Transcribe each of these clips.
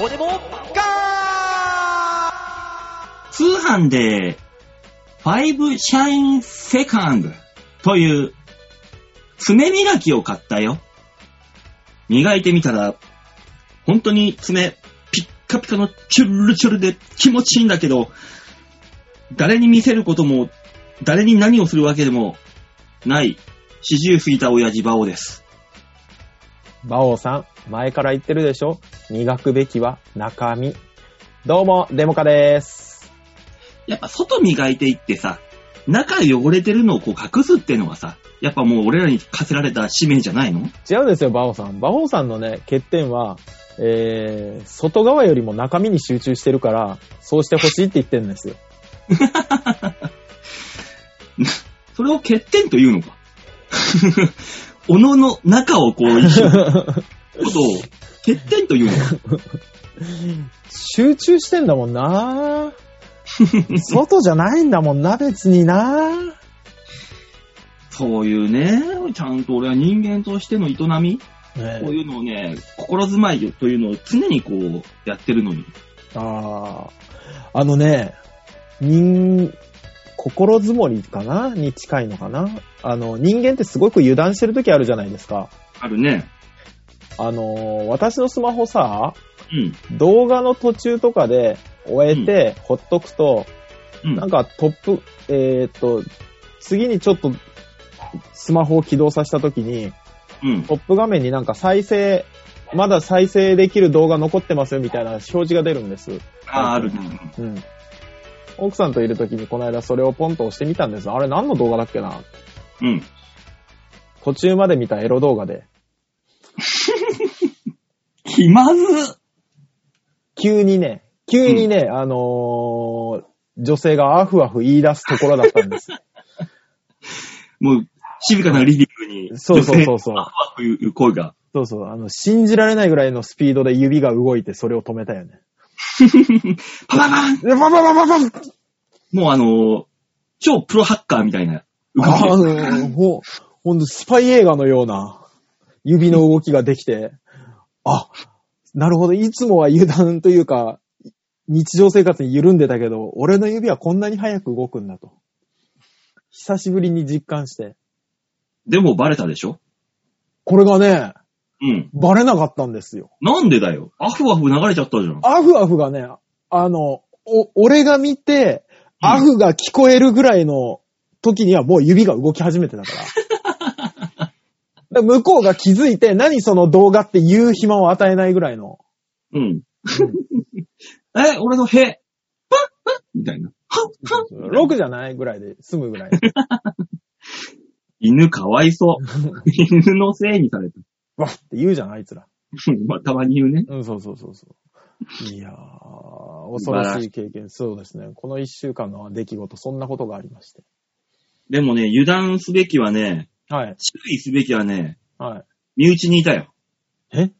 どうでもガ通販で、5シャインセカンドという、爪磨きを買ったよ。磨いてみたら、本当に爪、ピッカピカのチュルチュルで気持ちいいんだけど、誰に見せることも、誰に何をするわけでもない、四十過ぎた親父馬王です。馬王さん、前から言ってるでしょ磨くべきは中身。どうも、デモカです。やっぱ外磨いていってさ、中汚れてるのをこう隠すってのはさ、やっぱもう俺らに課せられた使命じゃないの違うんですよ、馬王さん。馬王さんのね、欠点は、えー、外側よりも中身に集中してるから、そうしてほしいって言ってるんですよ。それを欠点というのか。 おのの中をこう生き ることを欠点というのか。集中してんだもんな外じゃないんだもんな、別になそういうね、ちゃんと俺は人間としての営み、ねこういうのをね、心づいというのを常にこうやってるのに。ああ。あのね、人、心づもりかなに近いのかなあの、人間ってすごく油断してる時あるじゃないですか。あるね。あのー、私のスマホさ、うん。動画の途中とかで終えて、ほっとくと、うん。なんかトップ、えーっと、次にちょっと、スマホを起動させた時に、うん。トップ画面になんか再生、まだ再生できる動画残ってますよみたいな表示が出るんです。ああ、あるね。うん。奥さんといるときにこの間それをポンと押してみたんです。あれ何の動画だっけなうん。途中まで見たエロ動画で。気まずっ急にね、急にね、あのー女性がアフアフ言い出すところだったんです。もう、静かなリビングに。そうそうそうそ女性うのワクワクいう声が。そうそう、あの、信じられないぐらいのスピードで指が動いてそれを止めたよね。パパパンで、ババババババもうあのー超プロハッカーみたいな動きあで。の、ほ、ほんとスパイ映画のような指の動きができて、あ、なるほど、いつもは油断というか、日常生活に緩んでたけど、俺の指はこんなに早く動くんだと。久しぶりに実感して。でもバレたでしょこれがね、うん。バレなかったんですよ。なんでだよ。アフアフ流れちゃったじゃん。アフアフがね、あの、お、俺が見て、アフが聞こえるぐらいの時にはもう指が動き始めてたから。だから 向こうが気づいて、何その動画って言う暇を与えないぐらい の。うん。 え、俺のへ、パッパッみた いな。はは6じゃないぐらいで済むぐらい。犬かわいそう。犬のせいにされた。 わっって言うじゃん、あいつら。まあ、たまに言うね。うん、そうそうそうそう。いやー、恐ろしい経験。そうですね。この1週間の出来事、そんなことがありまして。でもね、油断すべきはね、はい、注意すべきはね、はい。身内にいたよ。え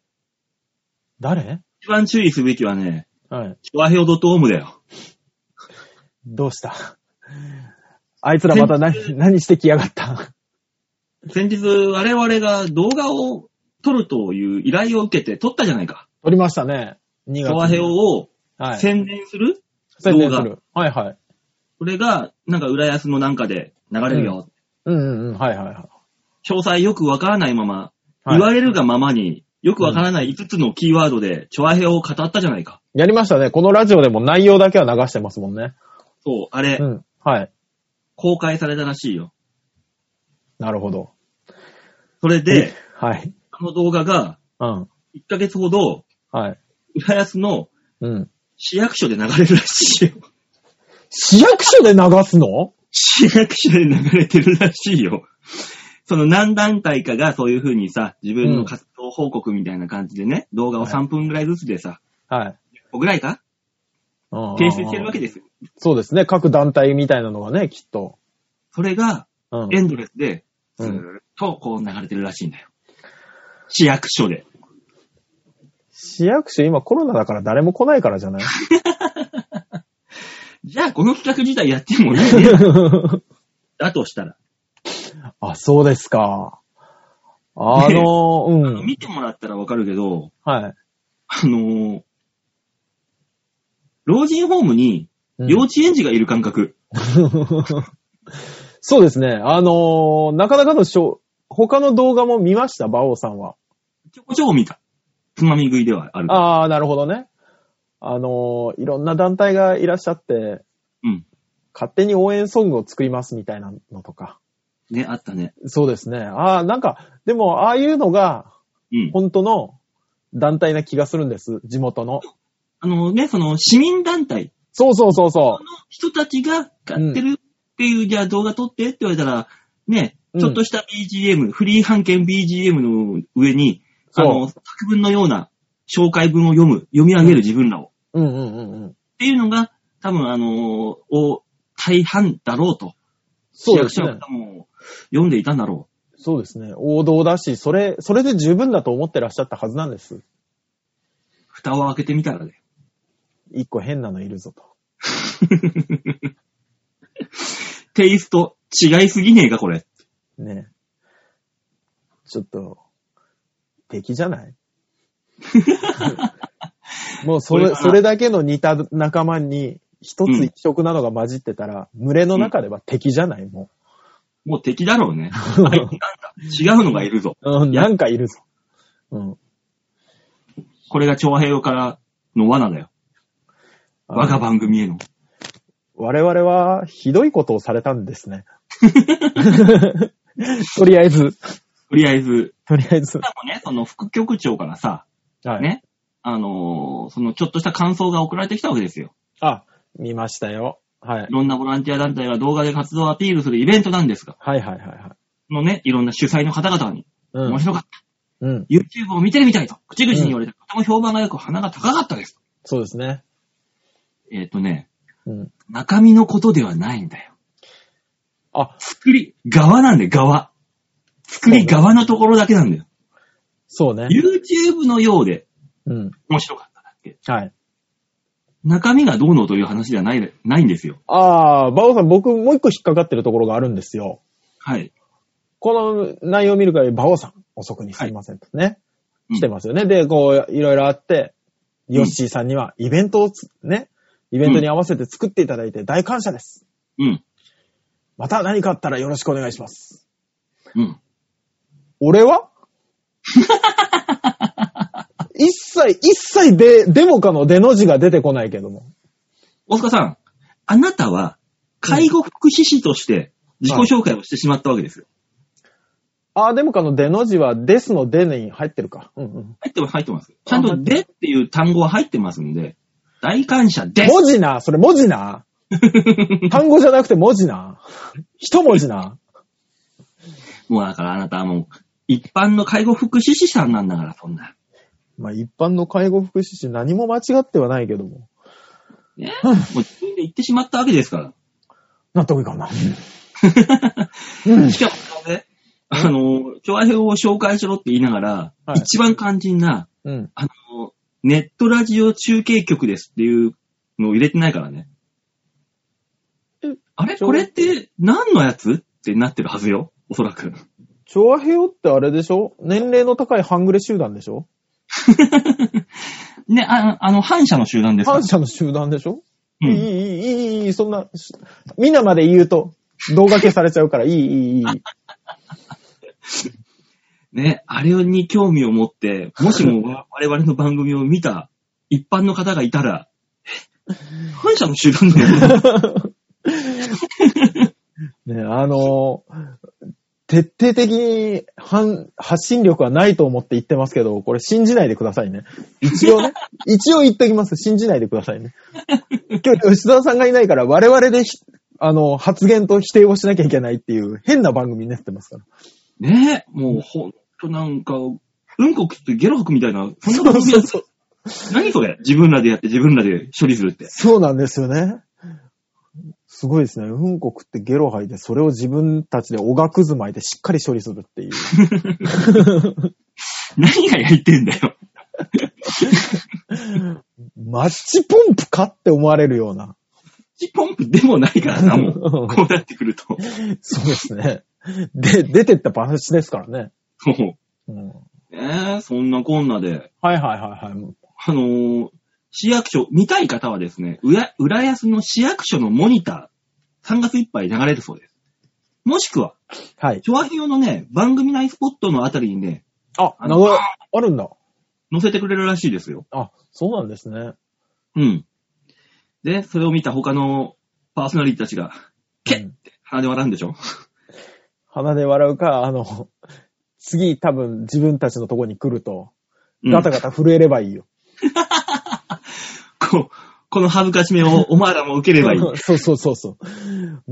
誰一番注意すべきはね、はい。和平ドットームだよ。どうしたあいつらまた何、何してきやがった先日、我々が動画を撮るという依頼を受けて撮ったじゃないか。撮りましたね。2月。和平をはい。宣伝する、宣伝す動る。はいはい。それが、なんか浦安のなんかで流れるよ。うんうんうん。はいはいはい。詳細よくわからないまま、はい言われるがままに、よくわからない5つのキーワードで、チョアヘを語ったじゃないか。やりましたね。このラジオでも内容だけは流してますもんね。そう、あれう、ん。はい。公開されたらしいよ。なるほど。それで、はい。あの動画が、うん。 1ヶ月ほど、はい。浦安のうん。市役所で流れるらしいよ。市役所で流すの市役所で流れてるらしいよ。その何段階かがそういう風にさ、自分の活動報告みたいな感じでね、動画を3分ぐらいずつでさ、はい。 5ぐらいかうん提出してるわけですよ。そうですね。各団体みたいなのがね、きっと。それが、うん。エンドレスで、ずうんーっとこう流れてるらしいんだよ。市役所で。市役所今コロナだから誰も来ないからじ ゃないじゃあ、この企画自体やってもいいね。 だとしたら、あ、そうですか。あのー、うん。見てもらったらわかるけど、はい。あのー老人ホームにうん幼稚園児がいる感覚。 そうですね。あのーなかなかのショー、他の動画も見ました、馬王さんは。ちょこちょこ見た。つまみ食いではある。ああ、なるほどね。あのーいろんな団体がいらっしゃって、うん。勝手に応援ソングを作りますみたいなのとか。ね、あったね。そうですね。ああ、なんか、でも、ああいうのが、うん。本当の団体な気がするんです。地元の。あのね、その市民団体そうそうそうその人たちが買ってるっていう、じゃあ動画撮ってって言われたら、ね、ちょっとした BGM、フリー版権 BGM の上に、あそうの、作文のような紹介文を読む、読み上げる自分らを。っう。うんうんうんうん。ていうのが、多分あのを大半だろうと。そうです市役所の。ね方も読んでいたんだろそうですね。王道だし、それ、それで十分だと思ってらっしゃったはずなんです。う。蓋を開けてみたらね。 一個変なのいるぞと。テイスト違いすぎねえか、これ。ね。ちょっと、敵じ ゃないもうそこれれ、かなそれだけの似た仲間に一つ一色なのが混じってたら、群れの中では敵じゃないももう敵だろう ね。あいつなんだ。違うのがいるぞ。う。うん、なんかいるぞ。うん。これが長平洋からの罠だよ。あ我が番組への。我々はひどいことをされたんで すね。 とりあえず、とりあえず、とりあえず。しかもね、その副局長からさ、はい。ね、あのーそのちょっとした感想が送られてきたわけですよ。あ、見ましたよ。はいい。ろんなボランティア団体が動画で活動をアピールするイベントなんですが、はいはいはいはい。そのね、いろんな主催の方々に、う面ん。白かった。うん。 YouTube を見てみたいと、口々に言われて、とても評判が良く、鼻が高かったです。そうですね。えっ、とね、うん。中身のことではないんだよ。あ、作り、側なんだよ、側。作り側のところだけなんだよ。そうね。 YouTube のようでうん。面白かっただけ。はい。中身がどうのという話ではない、ないんですよ。ああ、バオさん、僕、もう一個引っかかってるところがあるんですよ。はい。この内容を見る限り、バオさん、遅くにすいませんとね。うん来てますよね。で、こう、いろいろあって、ヨッシーさんには、イベントをつ、ね、イベントに合わせて作っていただいて大感謝です。うん。また何かあったらよろしくお願いします。うん。俺 は一切、一切で、デモかのデの字が出てこないけども。大塚さん、あなたは、介護福祉士として自己紹介をしてしまったわけですよ。あー、デモかのデの字は、ですのデに入ってるか。うんうん。入ってます、入ってます。ちゃんと、でっていう単語は入ってますんで、大感謝です。文字な、それ文字 な。単語じゃなくて文字 な。一文字な。もうだからあなたはもう、一般の介護福祉士さんなんだから、そんな。 まあ一般の介護福祉士何も間違ってはないけども。ね。もう自分で言ってしまったわけですから。納得いかんな。うん。しかもね、あの、調和表を紹介しろって言いながら、はい一番肝心な、うん。あの、ネットラジオ中継局ですっていうのを入れてないからねえ。あれちょこれって何のやつってなってるはずよ。おそらく。調和平和ってあれでしょ年齢の高い半グレ集団で しょ ね、ああの、反社の集団ですから反社の集団でしょ、ういい、ん。いい、いい、いい、そんな、しみんなまで言うと動画消されちゃうから、いい、いい、いい。ね、あれに興味を持 って、もしもわ我々の番組を見た一般の方がいたら、え反社の集団だ よ。ね、あのー徹底的に反発信力はないと思って言ってますけど、これ信じないでくださいね。一 応ね、一応言っときます。信じないでくださいね。今日吉沢さんがいないから我々でひ、あの、発言と否定をしなきゃいけないっていう変な番組になってますから。ね、もうほんとなんか、うんこくってゲロ吐くみたいな、そんなそう番組そやうってそう。何それ自分らでやって自分らで処理するって。そうなんですよね。すごいですね。うんこ食ってゲロ吐いて、それを自分たちでおがくずまいてしっかり処理するって いう。何がやりてんだよ。マッチポンプかって思われるような。チポンプでもないからな、 もう。こうなってくると。そうですね。で、出てった話ですからね。もうん、う。ねえ、そんなこんなで。はいはいはいはい。あのー市役所、見たい方はですね、うや浦安の市役所のモニター、3月いっぱい流れるそうです。もしくは、はい。調和表のね、番組内スポットのあたりにね、あ、あ流のれ、あるんだ。載せてくれるらしいですよ。あ、そうなんですね。うん。で、それを見た他のパーソナリティたちが、けっうん鼻で笑うんでしょ鼻で笑うか、あの、次多分自分たちのとこに来ると、ガタが。ガタ震えればいいよ。こうこの恥ずかしめをお前らも受ければいい。そうそうそうそう。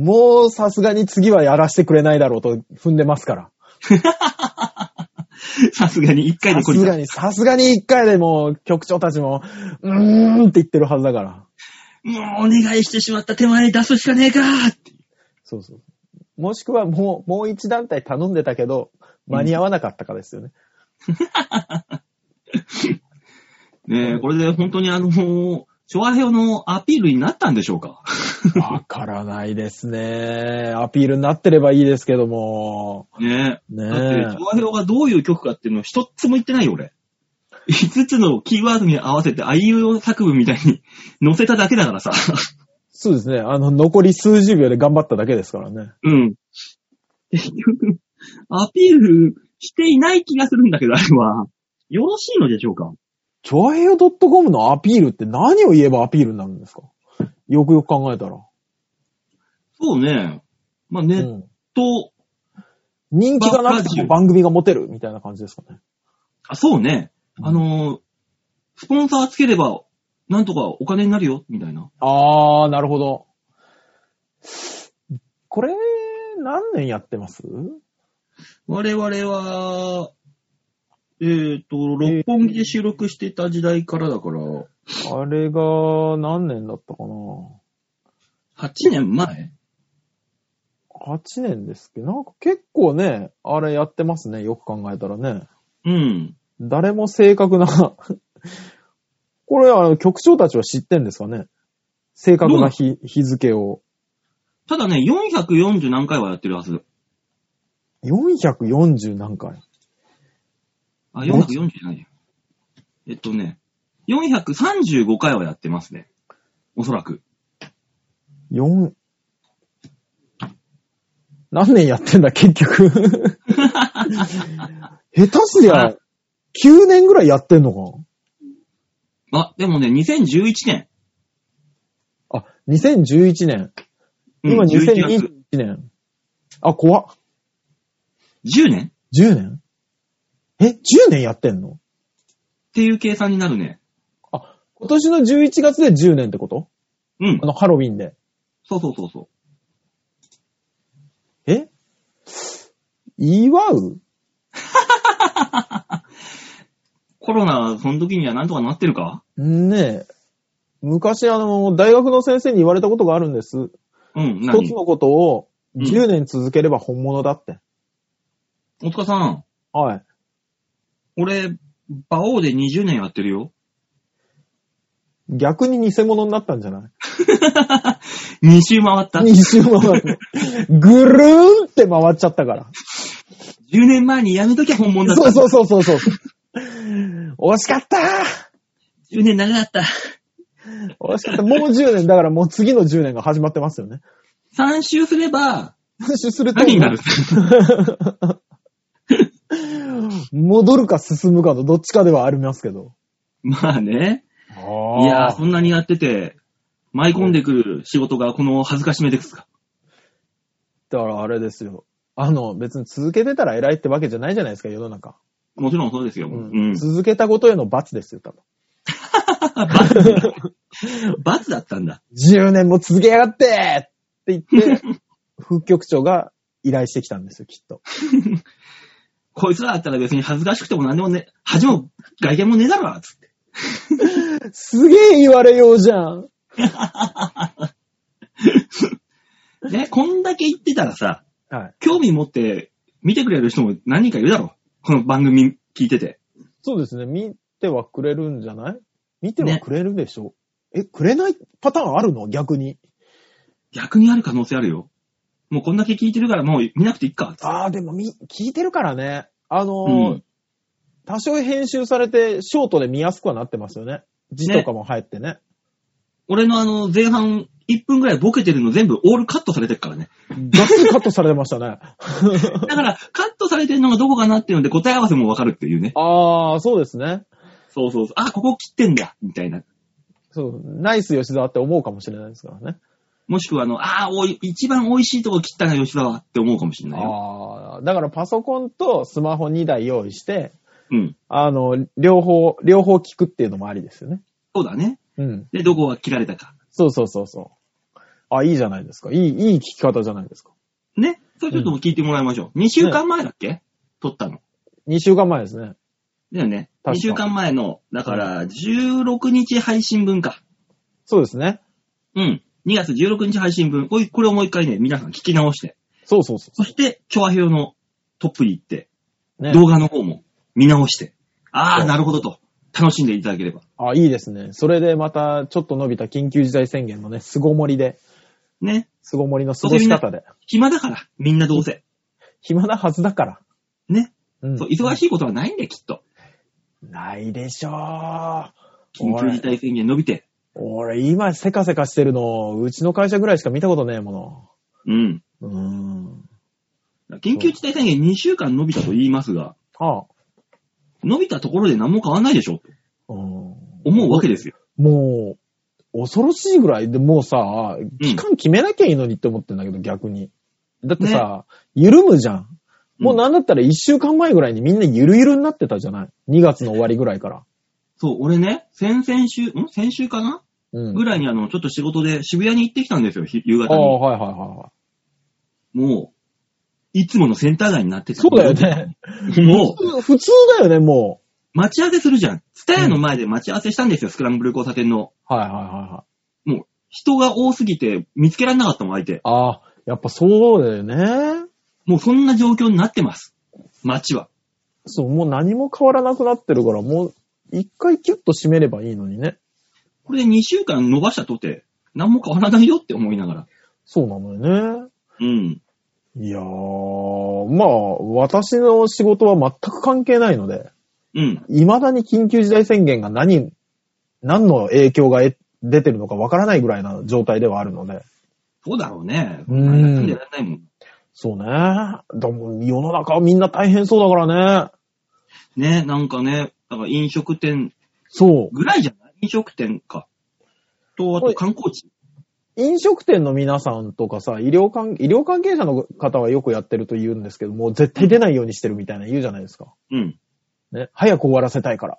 もうさすがに次はやらせてくれないだろうと踏んでますから。さすがに一回でさこすりがに、さすがに一回でもう局長たちも、うーんって言ってるはずだから。もうお願いしてしまった手前に出すしかねえかーってそうそう。もしくはもう、もう一団体頼んでたけど、間に合わなかったかですよね。ねえ、これで本当にあの、諸和平のアピールになったんでしょうか わからないですね。アピールになってればいいですけども。ねえ。ねだってえ、諸和平がどういう曲かっていうのを一つも言ってないよ、俺。五つのキーワードに合わせて、あいうえお作文みたいに載せただけだからさ。そうですね。あの、残り数十秒で頑張っただけですからね。うん。結局、 アピールしていない気がするんだけど、あれは。よろしいのでしょうかチョアヘヨ .com のアピールって何を言えばアピールになるんですかよくよく考えたら。そうね。まあ、ネうッんト、人気がなくても番組が持てるみたいな感じですかね。あ、そうね。あのー、スポンサーつければ、なんとかお金になるよ、みたいな。あー、なるほど。これ、何年やってます我々は、えっ、と、六本木で収録してた時代からだから、あれが何年だったかな8年前 ?8 年ですけど、なんか結構ね、あれやってますね。よく考えたらね。うん。誰も正確な、 これは局長たちは知ってんですかね正確な日,、日付を。ただね、440何回はやってるはず。 440何回あ、440じゃないや。えっとね、435回はやってますね。おそらく。 ?4、何年やってんだ、結 局。下手すりゃ、9年ぐらいやってんのかあ、でもね、2011年。あ、2011年。うん今11 2021月年。あ、怖っ。 10年っ10年え、10年やってんのていう計算になるね。今年の11月で10年ってことうんあ。の、ハロウィンで。そうそうそうそえ祝うう。コロナ、その時にはなんとかなってるかねえ。昔、あの、大学の先生に言われたことがあるんです。うん、一つ何のことをうん10年続ければ本物だって。大塚さん、はい。俺、馬王で20年やってるよ。逆に偽物になったんじゃない2周回った。10 ?2 周回って。ぐるーんって回っちゃった から。年前にやめときゃ本物だっそた。うそうそうそうそう。惜しかった10年長かった。惜しかった。もう10年、だからもう次の10年が始まってますよね。 3周すれば、プッシュすると。何になる 戻るか進むかのどっちかではありますけど。まあね。いいやー、そんなにやってて、舞い込んでくる仕事がこの恥ずかしめですか。だからあれですよ。あの、別に続けてたら偉いってわけじゃないじゃないですか、世の中。もちろんそうですよ。ううん ん。続けたことへの罰ですよ、多分。罰だったんだ。 10年も続けやがってって言 って、副局長が依頼してきたんですよ、きっと。こいつらだったら別に恥ずかしくても何でもね、恥も外見もねえだろ、つって。すげえ言われようじゃん。ね、こんだけ言ってたらさ、はい。興味持って見てくれる人も何人かいるだろう。この番組聞いてて。そうですね、見てはくれるんじゃない見てはくれるでしょう。え、くれないパターンあるの逆に。逆にある可能性あるよ。もうこんだけ聞いてるからもう見なくていいか、つって。ああ、でもみ、聞いてるからね。あのーうん多少編集されて、ショートで見やすくはなってますよね。字とかも入ってね。俺のあの、前半1分ぐらいボケてるの全部オールカットされてるからね。ガッツリカットされてました ね。だから、カットされてるのがどこかなっていうので答え合わせもわかるっていうね。ああ、そうですね。そうそうそう。あ、ここ切ってんだみたいな。そう、ナイス吉沢って思うかもしれないですからね。もしくはあの、あーおい、一番美味しいとこ切ったな、吉沢って思うかもしれないよ。ああ、だからパソコンとスマホ2台用意して、うん。あの、両方、両方聞くっていうのもありですよね。そうだね。うん。で、どこが切られたか。そうそうそうそう。あ、いいじゃないですか。いい、いい聞き方じゃないですか。ね。それちょっと聞いてもらいましょう。2週間前だっけ撮ったの。 2週間前ですね。だよね。確2か週間前の、だから、16日配信分か。そうですね。うん。2月16日配信分。これこれをもう一回ね、皆さん聞き直して。そうそうそそして、調和表のトップに行って、う。ね。動画の方も見直して。あそあ、うなるほどと。楽しんでいただければ。あ、いいですね。それでまた、ちょっと伸びた緊急事態宣言のね、凄盛りで、ね。凄盛りの過ごし方で。暇だから、みんなどうせ。暇なはずだから。ね。うんそう、忙い。しいことはないんだよ、きっと。ないでしょう。緊急事態宣言伸びて。俺、今、せかせかしてるの、うちの会社ぐらいしか見たことねえもうん。の。うーん。緊急事態宣言2週間伸びたと言いますが、ああ。伸びたところで何も変わんないでしょとうん、思うわけですよ。もう、恐ろしいぐらいでもうさ、期間決めなきゃいいのにって思ってんだけど、逆に。だってさ、緩むじゃん。もうなんだったら1週間前ぐらいにみんなゆるゆるになってたじゃない ?2 月の終わりぐらいから。そう、俺ね、先々週、ん先週かなうん。ぐらいにあの、ちょっと仕事で渋谷に行ってきたんですよ、ひ夕あ方あ、に。はいはいはいはもう、いつものセンター街になってい。た。そうだよ。ね。もう、普通普通だよね、も待ち合わせするじゃん。ツタヤの前で待ち合わせしたんですよ、スクランブル交差点の。う。はいはいはいはい。人が多すぎて見つけられなかったもん、相手。ああ、やっぱそうだよね。もうそんな状況になってます。街は。そう、もう何も変わらなくなってるから、もう一回キュッと締めればいいのにね。これで2週間伸ばしたとて、何も変わらないよって思いながら。そうなのよね。うん。いやー、まあ、私の仕事は全く関係ないので、うん。未だに緊急事態宣言が何、何の影響がえ出てるのかわからないぐらいな状態ではあるので、そうだろうね。うん休んでられないもん。そうね。でも世の中はみんな大変そうだからね。ね、なんかね、だから飲食店そう。ぐらいじゃない飲食店か。と、あはとい観光地。飲食店の皆さんとかさ、医療関医療関係者の方はよくやってると言うんですけども、絶対出ないようにしてるみたいな言うじゃないですか。うん。ね。早く終わらせたいから。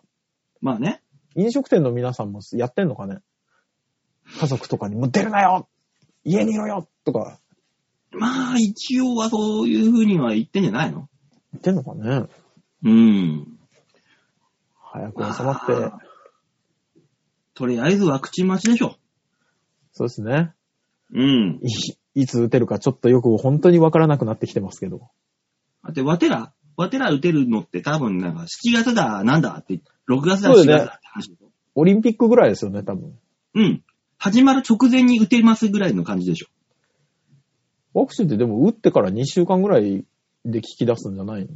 まあね。飲食店の皆さんもやってんのかね家族とかにもう出るなよ家にいろよとかまあ、一応はそういう風には言ってんじゃないの言ってんのかねうん。早く収まってあ。とりあえずワクチン待ちでしょ。そうですね。うん。いいつ打てるかちょっとよく本当にわからなくなってきてますけど。だって、ワテラワテラ打てるのって多分なんか7月だ、なんだって、6月だ、そう7月だよだねって話でしょ。オリンピックぐらいですよね、多分。うん。始まる直前に打てますぐらいの感じでしょ。ワクチンってでも打ってから2週間ぐらいで効き出すんじゃないの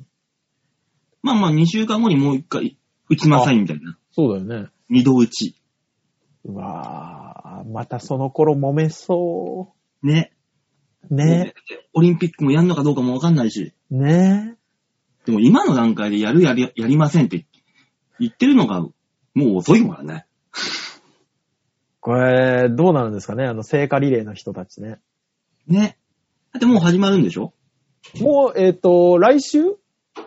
まあまあ2週間後にもう一回打ちなさいみたいな。そうだよね。二度打ち。うわー、またその頃揉めそね。う。ね。オリンピックもやんのかどうかもわかんないし。ね。でも今の段階でやるやり、やりませんって言ってるのがもう遅いからね。これ、どうなるんですかねあの、聖火リレーの人たちね。ね。だってもう始まるんでしょもう、えっ、と、来週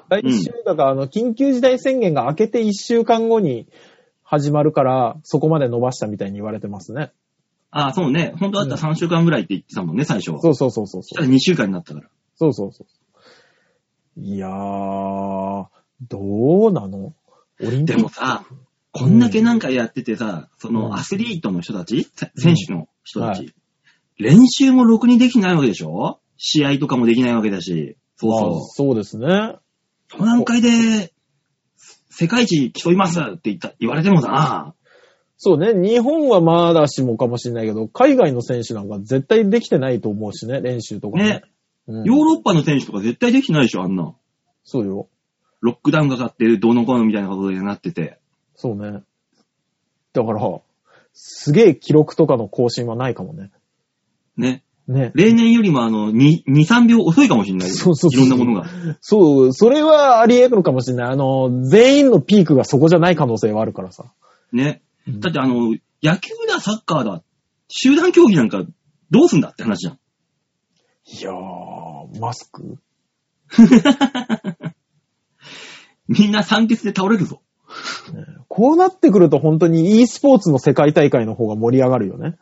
来週、だから、あの、緊急事態宣言が明けて1週間後に始まるから、そこまで伸ばしたみたいに言われてますね。ああ、そうね。本当だったら3週間ぐらいって言ってたもんね、最初は。そそうそうそうそうしそたう。ら2週間になったから。そうそうそう。いやー、どうなのオリンピでッもク。さ、こんだけなんかやっててさ、そうんのアスリートの人たち、せ選手の人たち、は練習もろくにできてないわけでしょ試合とかもできないわけだし。そうまあそう。そうですね。その段階で、世界一競いますって言った、言われてもさ、そうね。日本はまだしもかもしれないけど、海外の選手なんか絶対できてないと思うしね、練習とかね。ねうんヨーロッパの選手とか絶対できてないでしょ、あんな。そうよ。ロックダウンがかかってる、どうのこうのみたいなことになってて。そうね。だから、すげえ記録とかの更新はないかもね。ね。ね。例年よりもあの、2、2 3秒遅いかもしれないよ。そうそうそういろんなものが。そう、それはあり得るかもしれない。あの、全員のピークがそこじゃない可能性はあるからさ。ね。だってあの、野球だ、サッカーだ、集団競技なんかどうすんだって話じゃん。いやー、マスクみんな酸欠で倒れるぞ。こうなってくると本当に e スポーツの世界大会の方が盛り上がるよね。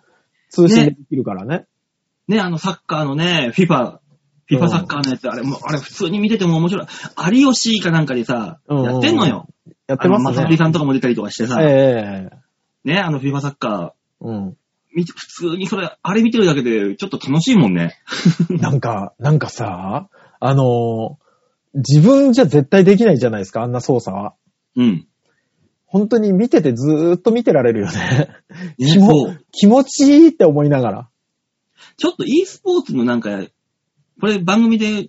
通信できるからね。ね、あのサッカーのね、FIFA、うん FIFA サッカーのやつ、あれも、あれ普通に見てても面白い。有吉かなんかでさ、うんやってんのよ。やってまあのすさきね。さんとかも出たりとかしてさ、ええええね、あの FIFA サッカうん。ー、見て普通にそれ、あれ見てるだけでちょっと楽しいもんね。なんか、なんかさ、あのー自分じゃ絶対できないじゃないですか、あんな操作は。うん。本当に見ててずーっと見てられるよね。ね気そもう気持ちいいって思いながら。ちょっと e スポーツのなんか、これ番組で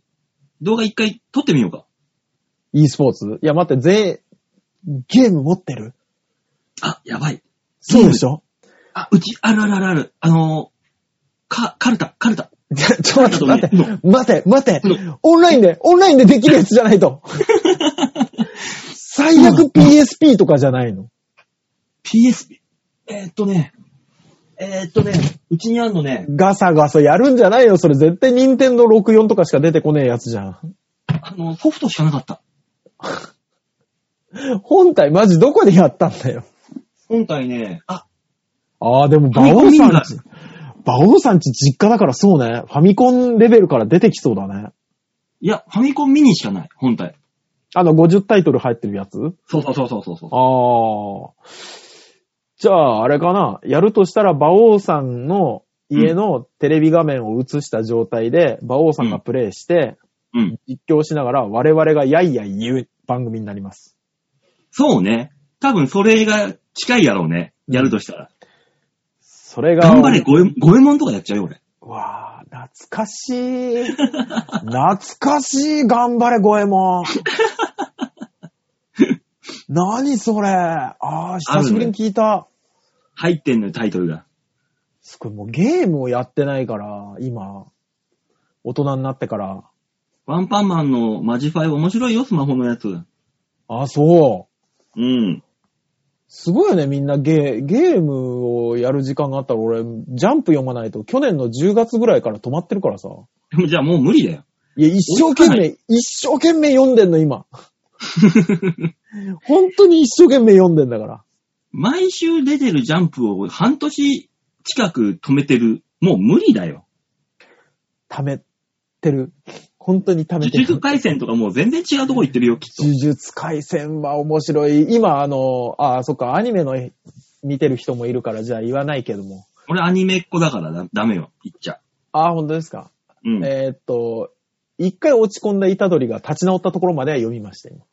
動画一回撮ってみようか。 e スポーツいや、待って、全、ゲーム持ってるあ、やばい。そうでしょあ、うち、あるあるあるある。あのー、か、カルタ、カルタ。ちょちょっと待って、う待って、待って、待ってう、オンラインで、オンラインでできるやつじゃないと。最悪 PSP とかじゃないの。 PSP。えー、っとね、えー、っとね、うちにあるのね、ガサガサやるんじゃないよ。それ絶対任天堂64とかしか出てこねえやつじゃん。あの、ソフトしかなかった。本体マジどこでやったんだよ。今回ね、あ、ああ、でも、フバァミコオンさ以ん外ち、バオさんち実家だからそうね。ファミコンレベルから出てきそうだね。いや、ファミコンミニしかない、本体。あの、50タイトル入ってるやつそうそうそうそうそうそう。ああ。じゃあ、あれかな。やるとしたら、馬王さんの家のテレビ画面を映した状態で、馬王さんがプレイして、うん。実況しながら、我々がやいやい言う番組になります。そうね。多分それが近いやろうね。やるとしたら。それが、頑張れ、ゴエゴエモンとかやっちゃうよ、俺。わあ、懐かしい。懐かしい、頑張れ、ゴエモン。何それ。ああ、久しぶりに聞いた。入ってんのよ、タイトルが。すごい、もうゲームをやってないから、今、大人になってから。ワンパンマンのマジファイ面白いよ、スマホのやつ。あ、そう。うん。すごいよね、みんなゲー、ゲームをやる時間があったら、俺、ジャンプ読まないと、去年の10月ぐらいから止まってるからさ。でもじゃあもう無理だよ。いや、一生懸追いつかな命、一生懸命読んでんの、今。 本当に一生懸命読んでんだから。毎週出てるジャンプを半年近く止めてる。もう無理だよ。溜めてる。本当に溜め呪てる。術回戦とかもう全然違うとこ行ってるよ、きっと。呪術回戦は面白い。今、あの、あ、そっか、アニメの見てる人もいるから、じゃあ言わないけども。俺アニメっ子だからだダメよ、言っちゃ。あ、本当ですか。うん。えーっと、一回落ち込んだ虎取が立ち直ったところまでは読みましたよ。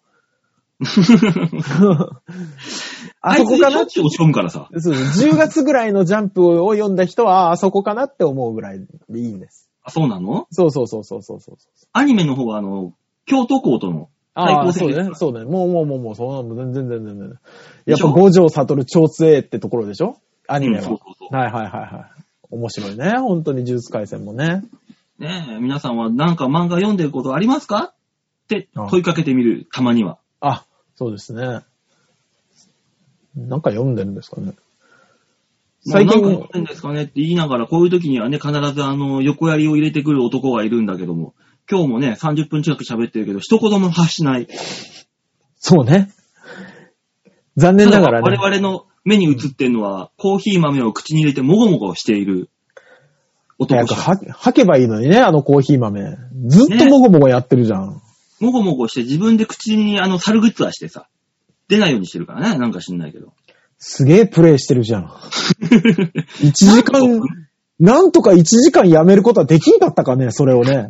ああいそつこしかょなっちゅう落ち込むからさ。そうです10月ぐらいのジャンプを読んだ人は、ああそこかなって思うぐらいでいいんです。あ、そうなのそうそうそうそうそうそうそう。アニメの方はあの、京都校との対あ抗あ、戦そうですかねら。。そうね。もうもうもうもう、そうなの。全然全然全然。やでっしぱょ五条悟超強えってところでしょアニメうんは。そうそうそうはいはいはいはい。面白いね。本当に呪術回戦もね。ねえ、皆さんはなんか漫画読んでることありますかって問いかけてみる、たまには。あ、そうですね。なんか読んでるんですかね。最近。最近なんか読んでんですかねって言いながら、こういう時にはね、必ずあの、横槍を入れてくる男がいるんだけども、今日もね、30分近く喋ってるけど、一言も発しない。そうね。残念ながらただね。我々の目に映ってるのは、コーヒー豆を口に入れてもごもごしている男早しくかは吐けばいいのにね、あのコーヒー豆。ずっともごもごやってるじゃん。もごもごして自分で口にあの、猿グッズはしてさ、出ないようにしてるからね、なんか知んないけど。すげえプレイしてるじゃん。1時間、なんとか1時間やめることはできんかったかね、それ をね。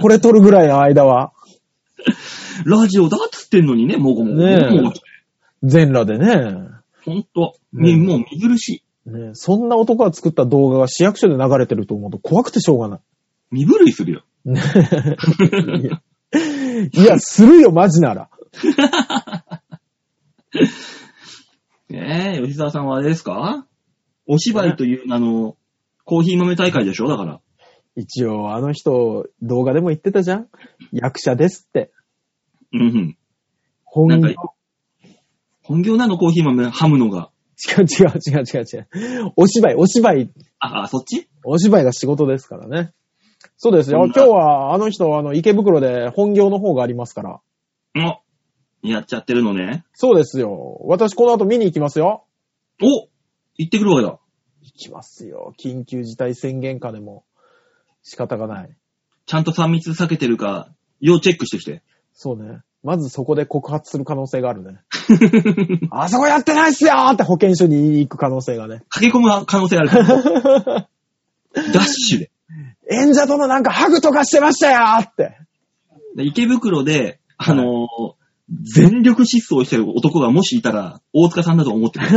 これ撮るぐらいの間は。ラジオだっつってんのにね、もごもご。ねえもごもごして全裸でね。ほんと、ねみもう見苦しい。ねそんな男が作った動画が市役所で流れてると思うと怖くてしょうがない。身震いする よ。ね いや、するよ、マジなら。ねえね。吉沢さんはあれですかお芝居という、あの、コーヒー豆大会でしょだから。一応、あの人、動画でも言ってたじゃん役者ですって。うんうん。本なん業か本業なのコーヒー豆、ハムのが。違う違う違う違う違う。お芝居、お芝居、あ、あ、そっちお芝居が仕事ですからね。そうですよ。そんな今日は、あの人、あの、池袋で本業の方がありますから。あ、やっちゃってるのね。そうですよ。私、この後見に行きますよ。お行ってくるわよ。行きますよ。緊急事態宣言下でも、仕方がない。ちゃんと3密避けてるか、要チェックしてきて。そうね。まずそこで告発する可能性がある ね。あそこやってないっすよーって保健所に言いに行く可能性が ね。駆け込む可能性あるから。ダッシュで。演者とのなんかハグとかしてましたよーって。 で池袋で、あのー全力疾走してる男がもしいたら、大塚さんだと思ってく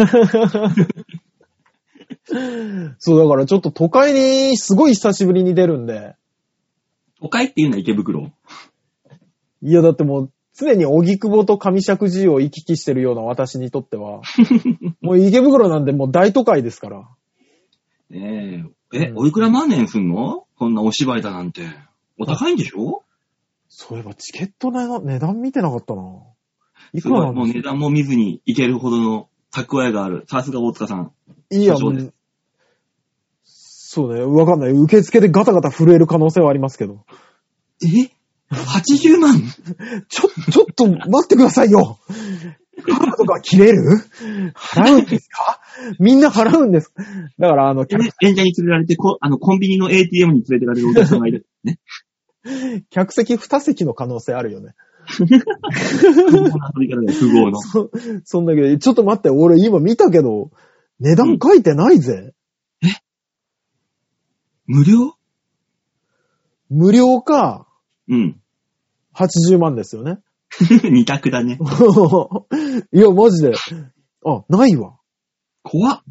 る。そう、だからちょっと都会にすごい久しぶりに出るんで。都会っていうのは池袋。いや、だってもう、常に荻窪と上石神を行き来してるような私にとって は、もう池袋なんでもう大都会ですから。ねえ。え、うんおいくら万年すんのこんなお芝居だなんて。お高いんでしょそういえばチケットの値段見てなかったな。いすくご。らないもうんで値段も見ずに行けるほどの蓄えがある。さすが大塚さん。いいや、そもうですう。そうね、わかんない。受付でガタガタ震える可能性はありますけど。え ?80 万 ちょ、ちょっと待ってくださいよカードが切れる払うんですか みんな払うんですかだから、あの、客演者に連れられてこ、あの、コンビニの ATM に連れてかれるお客さんがい る。ね。客席二席の可能性あるよね。不合な遊び方だよ、不合の。そ、 そんだけど、ちょっと待って、俺今見たけど、値段書いてないぜ。無料無料か、うん。 80万ですよね。 二択だね。いや、マジで。あ、ないわ。怖っ。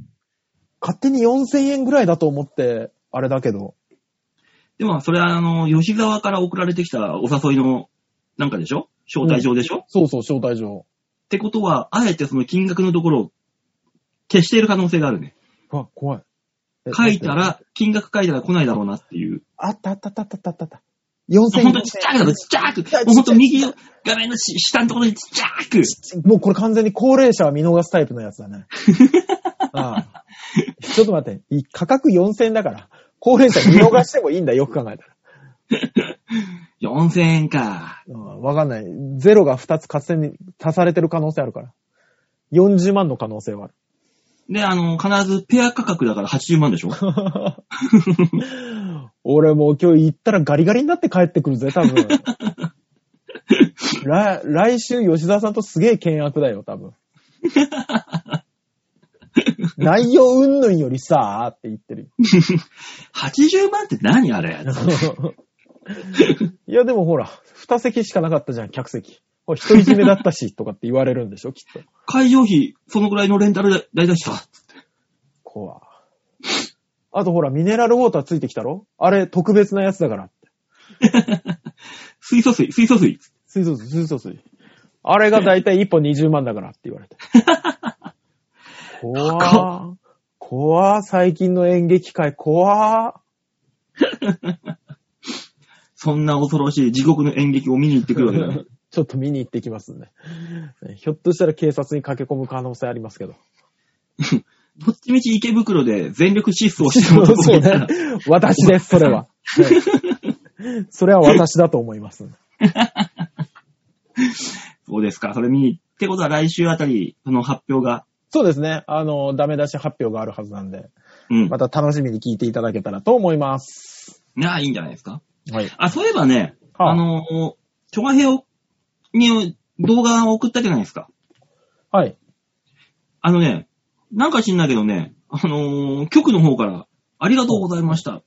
勝手に4000円ぐらいだと思って、あれだけど。でも、それは、あの、吉沢から送られてきたお誘いの、なんかでしょ招待状でしょ、っそうそう、招待状。てことは、あえてその金額のところを消している可能性があるね。あ、怖い。え書いた。待ってら、金額書いたら来ないだろうなっていう。あったあったあったあったあったあった。4000円。本当にちっちゃく、ちっちゃく、もう本当右の画面のし下のところにちっちゃく。もうこれ完全に高齢者は見逃すタイプのやつだね。ああちょっと待って、い価格4000円だから、高齢者見逃してもいいんだ、よく考えたら。 4000円か。うんわかんない。ゼロが2つ勝手に足されてる可能性あるから。40万の可能性はある。で、あの、必ずペア価格だから80万でしょ 俺もう今日行ったらガリガリになって帰ってくるぜ、多分。来来週吉沢さんとすげえ険悪だよ、多分。内容うんぬんよりさーって言ってるよ。 80万って何あれいや、でもほら、二席しかなかったじゃん、客席。ほら独り占めだったし、 とかって言われるんでしょ、きっと。会場費、そのぐらいのレンタル代出した。怖い。あとほら、ミネラルウォーターついてきたろあれ、特別なやつだから。水素水、水素水。水素水、水素水。あれがだいたい1本20万だからって言 われて。怖ー。怖ー。最近の演劇界怖ー。そんな恐ろしい地獄の演劇を見に行ってくるわけだ ね。ちょっと見に行ってきますんで。ひょっとしたら警察に駆け込む可能性ありますけど。どっちみち池袋で全力疾走してる男そがういたらね、。 私です、それは。 はいそれは私だと思います。そうですか、それ見に。ってことは来週あたり、その発表が。そうですね。あの、ダメ出し発表があるはずなんで、うん。また楽しみに聞いていただけたらと思います。いや、いいんじゃないですか。はい。あ、そういえばね、はああの、チョガヘオに動画を送ったじゃないですか。はい。あのね、なんか知んないけどね、あのー局の方から、ありがとうございました。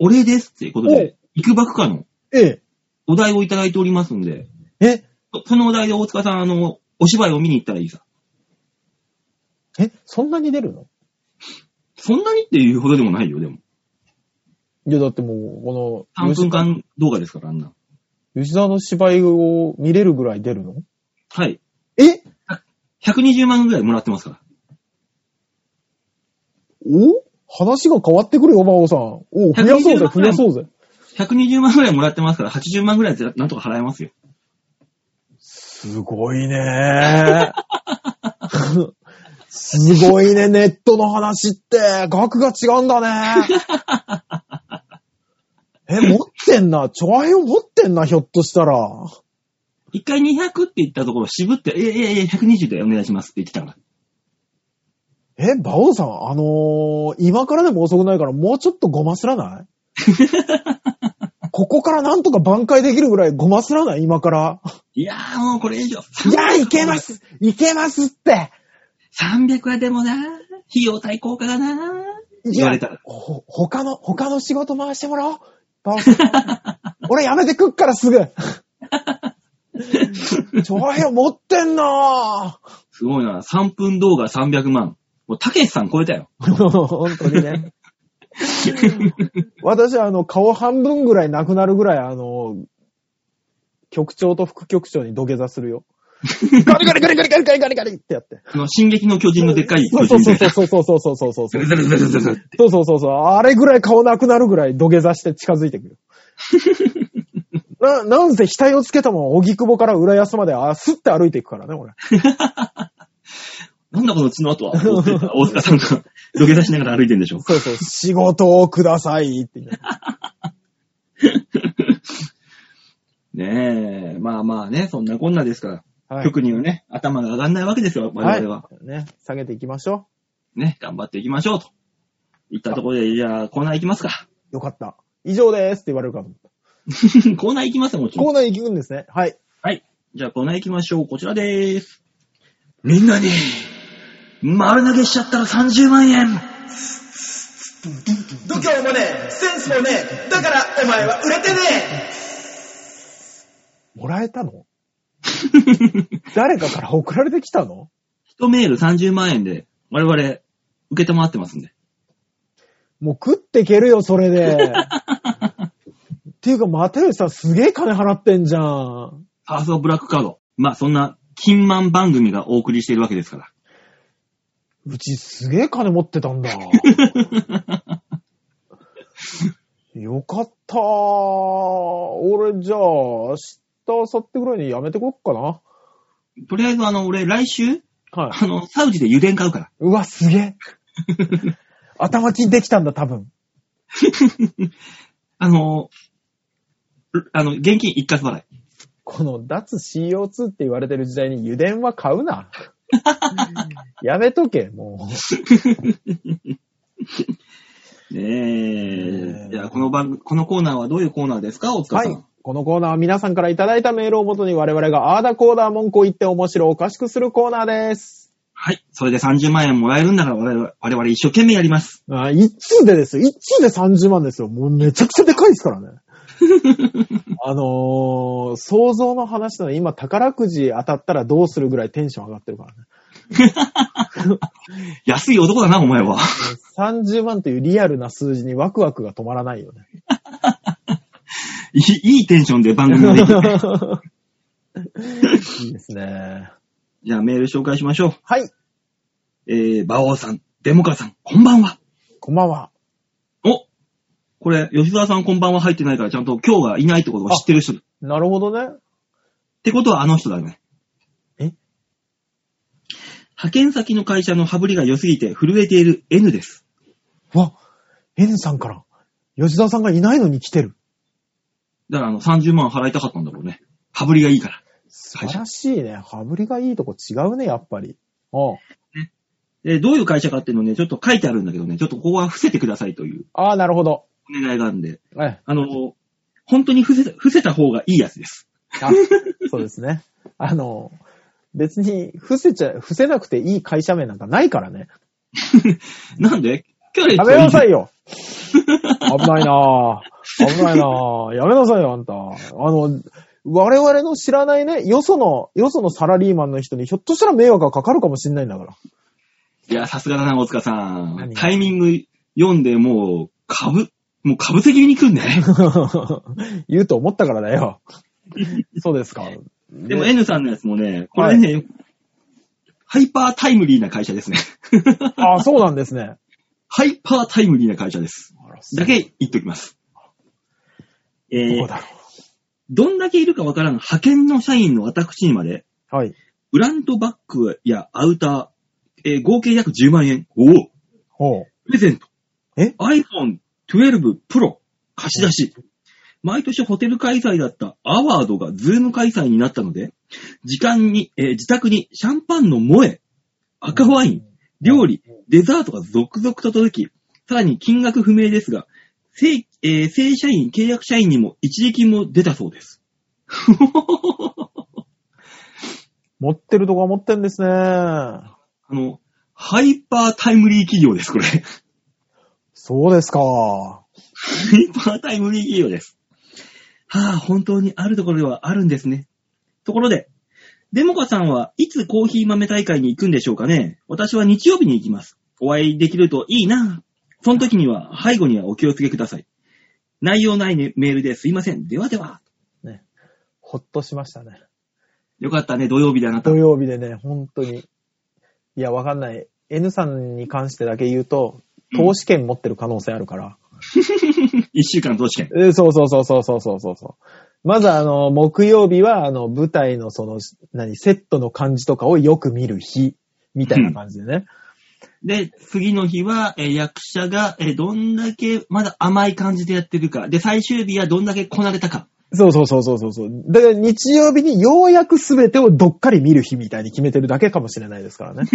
お礼ですっていうことで、いくばくかのえお題をいただいておりますんで、え、え、そそのお題で大塚さん、あの、お芝居を見に行ったらいいさ。え、そんなに出るのそんなにっていうほどでもないよ、でも。いや、だってもう、この、 3分間動画ですから、あんな。吉沢の芝居を見れるぐらい出るのはい。え120万ぐらいもらってますから。お話が変わってくるよ、馬王さん。お増やそうぜ、増やそうぜ。 120万ぐらいもらってますから、80万ぐらいでなんとか払えますよ。すごいね すごいね、ネットの話って、額が違うん だね。え、持ってんな。チョアヘヨ持ってんな、ひょっとしたら。一回200って言ったところ、渋って、いやいやいや、120でお願いしますって言ってたから。え、バオさん、あのー今からでも遅くないから、もうちょっとごますらない ここからなんとか挽回できるぐらいごますらない 今から。いやーもうこれ以上。いや、いけますいけますって300はでもな、費用対効果がな、言われたら。ほ、他の、他の仕事回してもらおう。バオ さん俺やめてくっからすぐ。チョアヘヨ持って んなぁ。すごいな。3分動画300万。もう、たけしさん超えたよ。本当にね。私、あの、顔半分ぐらいなくなるぐらい、あの、局長と副局長に土下座するよ。ガリガリガリガリガリガリガリガリってやって。あの、進撃の巨人のでっかいそ巨うそ人うみたそいな。うそうそうそうそうそうそズう。ルズルズルズルズルってそうそうそうそう。あれぐらい顔なくなるぐらい土下座して近づいてくる。な、なんせ額をつけたまま、荻窪から浦安まで、あ、すって歩いていくからね、俺。 なんだこの血の後は。大塚大塚さんが土下座しながら歩いてんでしょ。そうそう、仕事をくださいって言って。ねえ、まあまあね、そんなこんなですから。はい。特にはね、頭が上がんないわけですよ、我々は。い。ね、下げていきましょね、頑張っていきましょうと。いったところで、じゃあ、コーナー行きます か。う。よかった。以上ですって言われるかも。コーナー行きますよ、もちろんコー。ナー行くんですね。はい。はい。じゃあ、コーナー行きましょう。こちらでーす。みんなに、丸投げしちゃったら30万 円度胸もねえ、センスもねえ、だからお前は売れてねえもらえたの誰かから送られてきたの一メール30万円で、我々、受けてもらってますんで。もう食ってけるよ、それで。っていうか、又吉さんすげえ金払ってんじゃん。パーソーブラックカード。まあ、そんな、金満番組がお送りしているわけです から。うちすげえ金持ってたんだ。よかったー。俺、じゃあ、明日、明後日ぐらいにやめてこっかな。とりあえず、あの、俺、来週、はい。あの、サウジで油田買うから。うわ、すげえ。頭金できたんだ、多分。 あの、うあの、現金一括払い。この脱 CO2 って言われてる時代に油田は買うな。やめとけ、もねねえ。えじゃあ、この番、このコーナーはどういうコーナーですか大う。塚はさん。い。このコーナーは皆さんからいただいたメールをもとに我々がアーダコーダー文句を言って面白おかしくするコーナーです。はい。それで30万円もらえるんだから、我々、我々一生懸命やります。あ一通でですよ。一通で30万ですよ。もうめちゃくちゃでかいです からね。あのー、想像の話なので今宝くじ当たったらどうするぐらいテンション上がってるからね。安い男だな、お前は。 30万というリアルな数字にワクワクが止まらないよね。 いいいいテンションで番組がで きる。いいですね。じゃあ、メール紹介しましょはい、う。えー、馬王さん、デモカさん、こんばんは。こんばんは。おこれ、吉沢さんこんばんは入ってないから、ちゃんと今日がいないってことを知ってる人だ。っなるほどね。てことはあの人だね。え派遣先の会社の羽振りが良すぎて震えている N です。わ、N さんから、吉沢さんがいないのに来てる。だからあの、30万払いたかったんだろうね。羽振りがいいから。素晴らしいね。羽振りがいいとこ違うね、やっぱり。あで、どういう会社かっていうのをね、ちょっと書いてあるんだけどね、ちょっとここは伏せてくださいというあー、なるほど。お願いがあるんで、ええ、あの、本当に伏せた伏せた方がいいやつです。あそうですね。あの、別に、伏せちゃ、伏せなくていい会社名なんかないからね。なんでキャレッやトめなさいいよ 危ないなぁ。危ないなぁ。やめなさいよ、あんた。あの、我々の知らないね、よその、よそのサラリーマンの人にひょっとしたら迷惑がかかるかもしんないんだから。いや、さすがだな、大塚さん。何タイミング読んで、もう、かぶ、もうかぶせ気味に来るんだね。 言うと思ったから だよ。そうですか。でもね N さんのやつもね、これね、ハイパータイムリーな会社ですね。 ああ、そうなんですね。ハイパータイムリーな会社です。あらだけ言っておきます。えどーこ、だろどんだけいるかわからん派遣の社員の私にまで、う。はい。ブランドバッグやアウター、えー合計約10万円。おおほう。プレゼント。え ?iPhone 12 Pro 貸し出し。毎年ホテル開催だったアワードがズーム開催になったので、時間に、えー自宅にシャンパンの萌え、赤ワイン、料理、デザートが続々と届き、さらに金額不明ですが、正,、えー正社員、契約社員にも一時金も出たそうです。 持ってるとこは持ってんですね。あの、ハイパータイムリー企業です、これ。ハそうですか。イパータイムリー企業です。はあ、本当にあるところではあるんですね。ところで、デモカさんはいつコーヒー豆大会に行くんでしょうかね私は日曜日に行きます。お会いできるといいな。その時には背後にはお気をつけください。内容ないねメールですいません。ではでは。ほっとしましたね。よかったね、土曜日であなた。土曜日でね、本当に。いや、わかんない。N さんに関してだけ言うと、投資券持ってる可能性あるから。一週間投資券。えーそうそうそうそうそうそうそうそう。まずあの、木曜日はあの、舞台のその、何、セットの感じとかをよく見る日、みたいな感じでね。で、次の日は、えー役者が、えーどんだけまだ甘い感じでやってるか。で、最終日はどんだけこなれたか。そうそうそうそうそうそう。だから日曜日にようやく全てをどっかり見る日みたいに決めてるだけかもしれないですからね。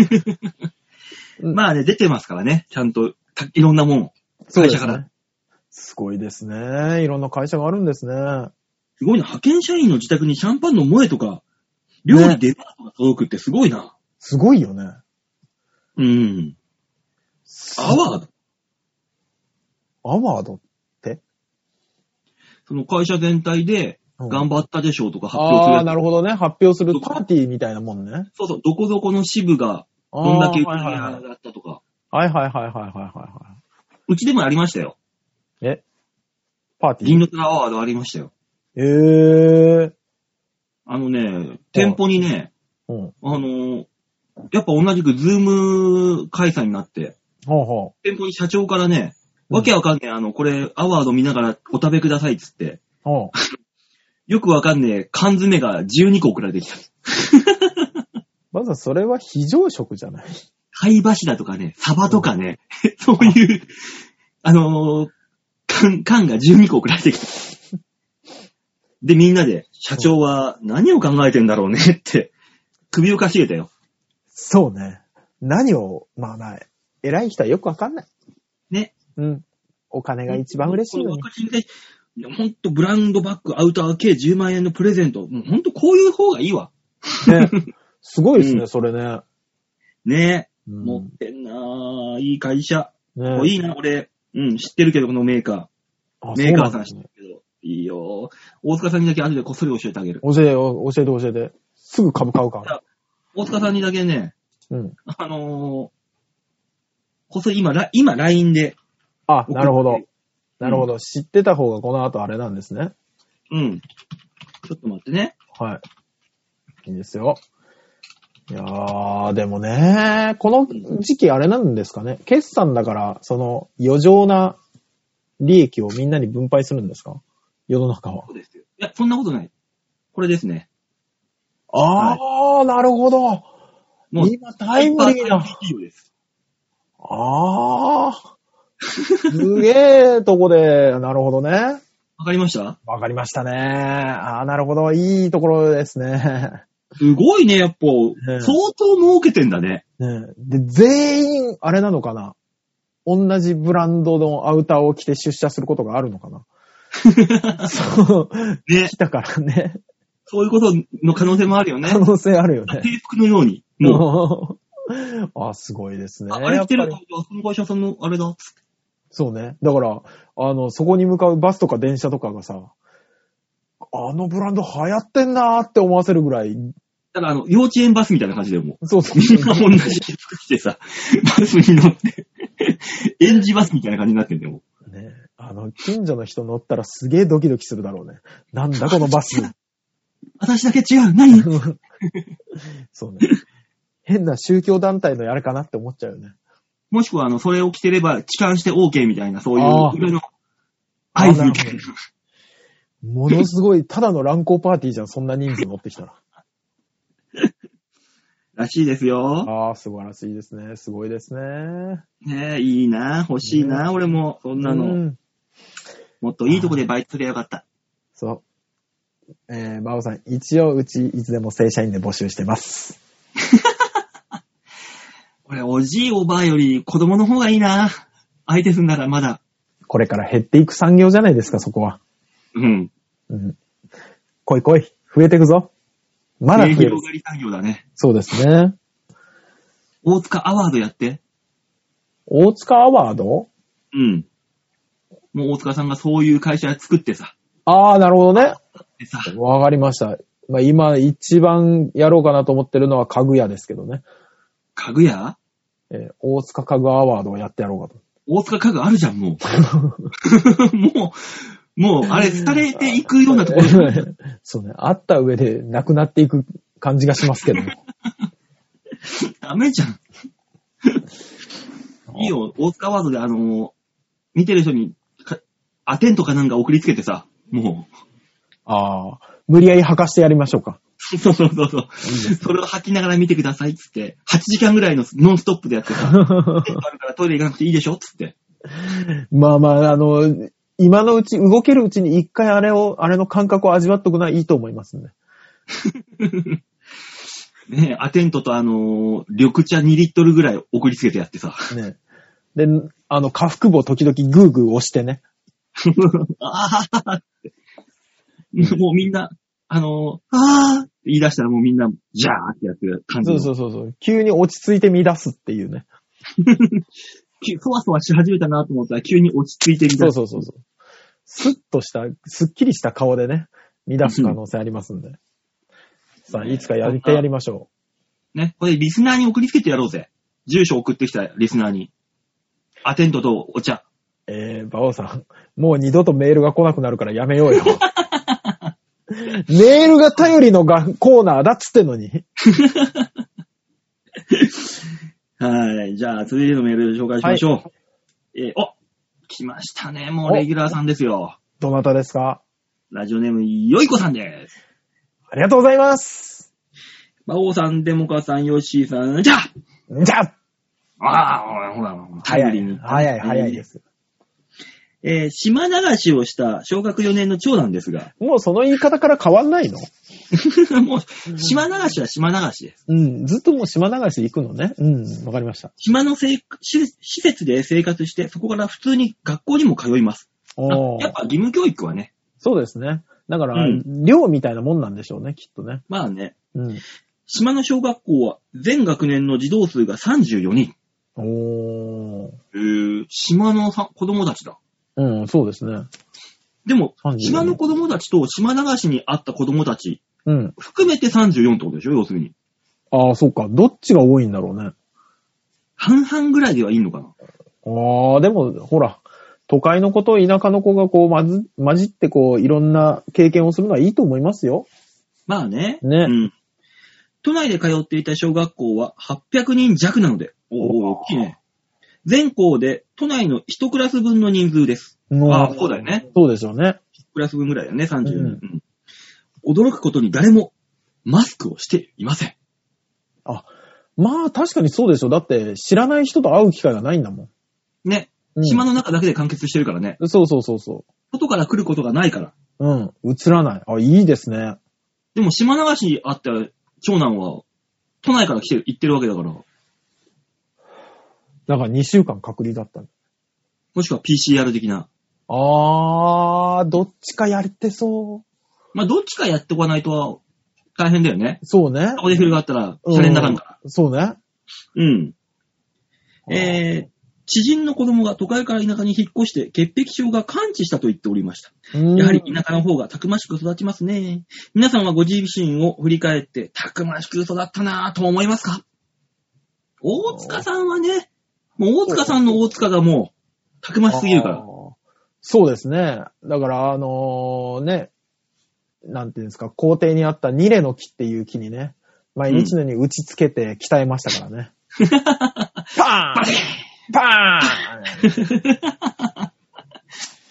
うんまあね、出てますからね。ちゃんと、たいろんなもんを。そうです会社からね。すごいですね。いろんな会社があるんですね。すごいな。派遣社員の自宅にシャンパンの萌えとか、料理ねデザートが届くってすごいな。すごいよね。うん。アワード。アワードその会社全体で、うん頑張ったでしょうとか発表するあやあ、つ。なるほどね。発表するパーティーみたいなもんね。そうそう、どこどこの支部が、あどんだけ売りあーはいはいはい上がったとか。はいはいはいはいはいはうちでもありましたよ。い。えパーティー銀の虎アワードありましたよ。ええー。あのね、店舗にね、うん。あのーやっぱ同じくズーム開催になって、ほうほ店舗に社長からね、わけわかんねえ、あの、これ、アワード見ながらお食べくださいっつって、う。ほう。よくわかんねえ缶詰が12個送られてきた。まずはそれは非常食じゃない。貝柱とかね、サバとかね、そういう、あのー缶、缶が12個送られてきた。で、みんなで、社長は何を考えてんだろうねって、首をかしげたよ。そうね。何を、まあまあ、偉い人はよくわかんない。ね。うん。お金が一番嬉しいのにこ。れ分かりづらいほんと、ブランドバッグ、アウター計10万円のプレゼント。もうほんと、こういう方がいいわ。ね。すごいですね、うんそれね。ねうえ。ん持ってんなぁ。いい会社。ねいいな、俺。うん、知ってるけど、このメーカあー。メーカーさん知そうっなてでするねけど。いいよ大塚さんにだけ後でこっそり教えてあげる。教えて、教えて、教えて。すぐ株買うから。大塚さんにだけね、うん。あのー、こっそり今、ラ今、LINE で。あ、なるほど。なるほど。ど。知ってた方がこの後あれなんですね。うん。ちょっと待ってね。はい。いいですよ。いやー、でもね、この時期あれなんですかね。決算だから、その余剰な利益をみんなに分配するんですか世の中はそ。うですよ。いや、そんなことない。これですね。あー、なるほど。もう、今タイムリーな。企業です。あ ー。すげーとこで、なるほどね。わかりましたわかりましたね。あー、なるほど。いいところですね。すごいね、やっぱ。え相当儲けてんだね。 ねえで、全員、あれなのかな同じブランドのアウターを着て出社することがあるのかな そう、ね来。たから ね。そういうことの可能性もあるよね可。能性あるよね。制服のように。もう、あ、すごいですね。ああれ着てやるっと、ぱありその会社さんのあれだ。そうね。だから、あの、そこに向かうバスとか電車とかがさ、あのブランド流行ってんなーって思わせるぐらい、だから、あの、幼稚園バスみたいな感じでも そうそうう。みんな同じ制服着てさ、 バスに乗って、 園児バスみたいな感じになってんだよ。もね、あの、近所の人乗ったらすげえドキドキするだろうね。なんだこのバス。う私だけ違う。何 そうね。変な宗教団体のあれかなって思っちゃうよね。もしくは、あの、それを着てれば、痴漢して OK みたいな、そういうあ、ー色の合図みたいな。ものすごい、ただの乱行パーティーじゃん、そんな人数持ってきたら。らしいですよ。 ああ、素晴らしいですね。すごいですね。ねえ、いいな、欲しいな、俺も、そんなうの。んもっといいとこでバイトすりゃよかった。そう。えー、バオさん、一応、うち、いつでも正社員で募集してます。俺、おじいおばあより子供の方がいいな。相手すんならまだ。これから減っていく産業じゃないですか、そこは。うん。うん。来い来い。増えてくぞ。まだね増える広。がり産業だね。そうですね。大塚アワードやって。大塚アワードうん。もう大塚さんがそういう会社作ってさ。ああ、なるほどね。でさ。わかりました。まあ、今、一番やろうかなと思ってるのは家具屋ですけどね。家具屋えー大塚家具アワードをやってやろうかと。大塚家具あるじゃん、もう。 もう、もう、あれ、廃れていくようなところ。 そうね。あった上でなくなっていく感じがしますけど。ダメじゃん。いいよ、大塚アワードで、あの、見てる人にか、アテンとかなんか送りつけてさ、もう。 ああ。無理やり履かしてやりましょうか。 そう そうそうそう。それを吐きながら見てくださいっつって、8時間ぐらいのノンストップでやって さ、テントあるからトイレ行かなくていいでしょっつって。まあまあ、あの、今のうち、動けるうちに一回あれを、あれの感覚を味わっとくのはいいと思いますね。ねえ、アテントとあのー緑茶2リットルぐらい送りつけてやってさ。ね。で、あの、下腹部を時々グーグー押してね。 あーって。もうみんな、あのーあーって言い出したらもうみんな、じゃーってやってる感じその。うそうそうそう。急に落ち着いて乱すっていうね。きそわそわし始めたなと思ったら急に落ち着いてみたいそうそうそうそう。スッとした、スッキリした顔でね、乱す可能性ありますんで。さあ、いつかやってやりましょね。これリスナーに送りつけてやろうぜ。住所送ってきたリスナーに。アテントとお茶。う。えー、バオさん、もう二度とメールが来なくなるからやめよう よ。メールが頼りのがコーナーだっつってんのに。はい。じゃあ、続いてのメール紹介しましょう。えーお来ましたね。もうレギュラーさんですよ。どなたですかラジオネーム、よいこさんです。ありがとうございます。馬王さん、デモカさん、ヨッシーさん、じゃじゃああああ、ほら、ほら、タイ早ムリーいに。。早い、早いです。えー島流しをした小学4年の長男ですが、 もうその言い方から変わんないのもう、島流しは島流しです。うん、ずっともう島流し行くのね。うん、わかりました。島のせい施設施設で生活して、そこから普通に学校にも通います。あおやっぱ義務教育はね、そうですね。だから、うん寮みたいなもんなんでしょうね、きっとね。まあね、うん。島の小学校は全学年の児童数が34人。おー。えー、島のさ子供たちだ。うん、そうですね。でも34、島の子供たちと島流しにあった子供たち、うん。含めて34ってことでしょ要するに。ああ、そっか。どっちが多いんだろうね。半々ぐらいではいいのかなああ、でも、ほら、都会の子と田舎の子がこう、まず、混じってこう、いろんな経験をするのはいいと思いますよ。まあね。ねうん。都内で通っていた小学校は800人弱なので、おお、大きいね。全校で都内の1クラス分の人数です。うんああ、そうだよね。そうでしょうね。 1クラス分ぐらいだよね、30人、うんうん驚くことに誰もマスクをしていません。まあ、確かにそうでしょう。だって、知らない人と会う機会がないんだもん。ね。うん、島の中だけで完結してるからね。そうそうそうそ外から来ることがないから。う。うん。映らない。あ、いいですね。でも島流しにあった長男は、都内から来てる、行ってるわけだから、だから2週間隔離だったの。もしくは PCR 的な。あー、どっちかやってそまあ、どっちかやっておかないと大変だよね。う。そうねそ。こで広がったら、うんシャレにならんから。そうね。うん。えー、知人の子供が都会から田舎に引っ越して、潔癖症が完治したと言っておりました。うんやはり田舎の方がたくましく育ちますね。皆さんはご自身を振り返って、たくましく育ったなぁと思いますか大塚さんはね、もう大塚さんの大塚がもう、たくましすぎるかあら。ーそうですね。だから、あのーね、なんていうんですか、校庭にあったニレの木っていう木にね、毎日のように打ちつけて鍛えましたからね。パーンパーン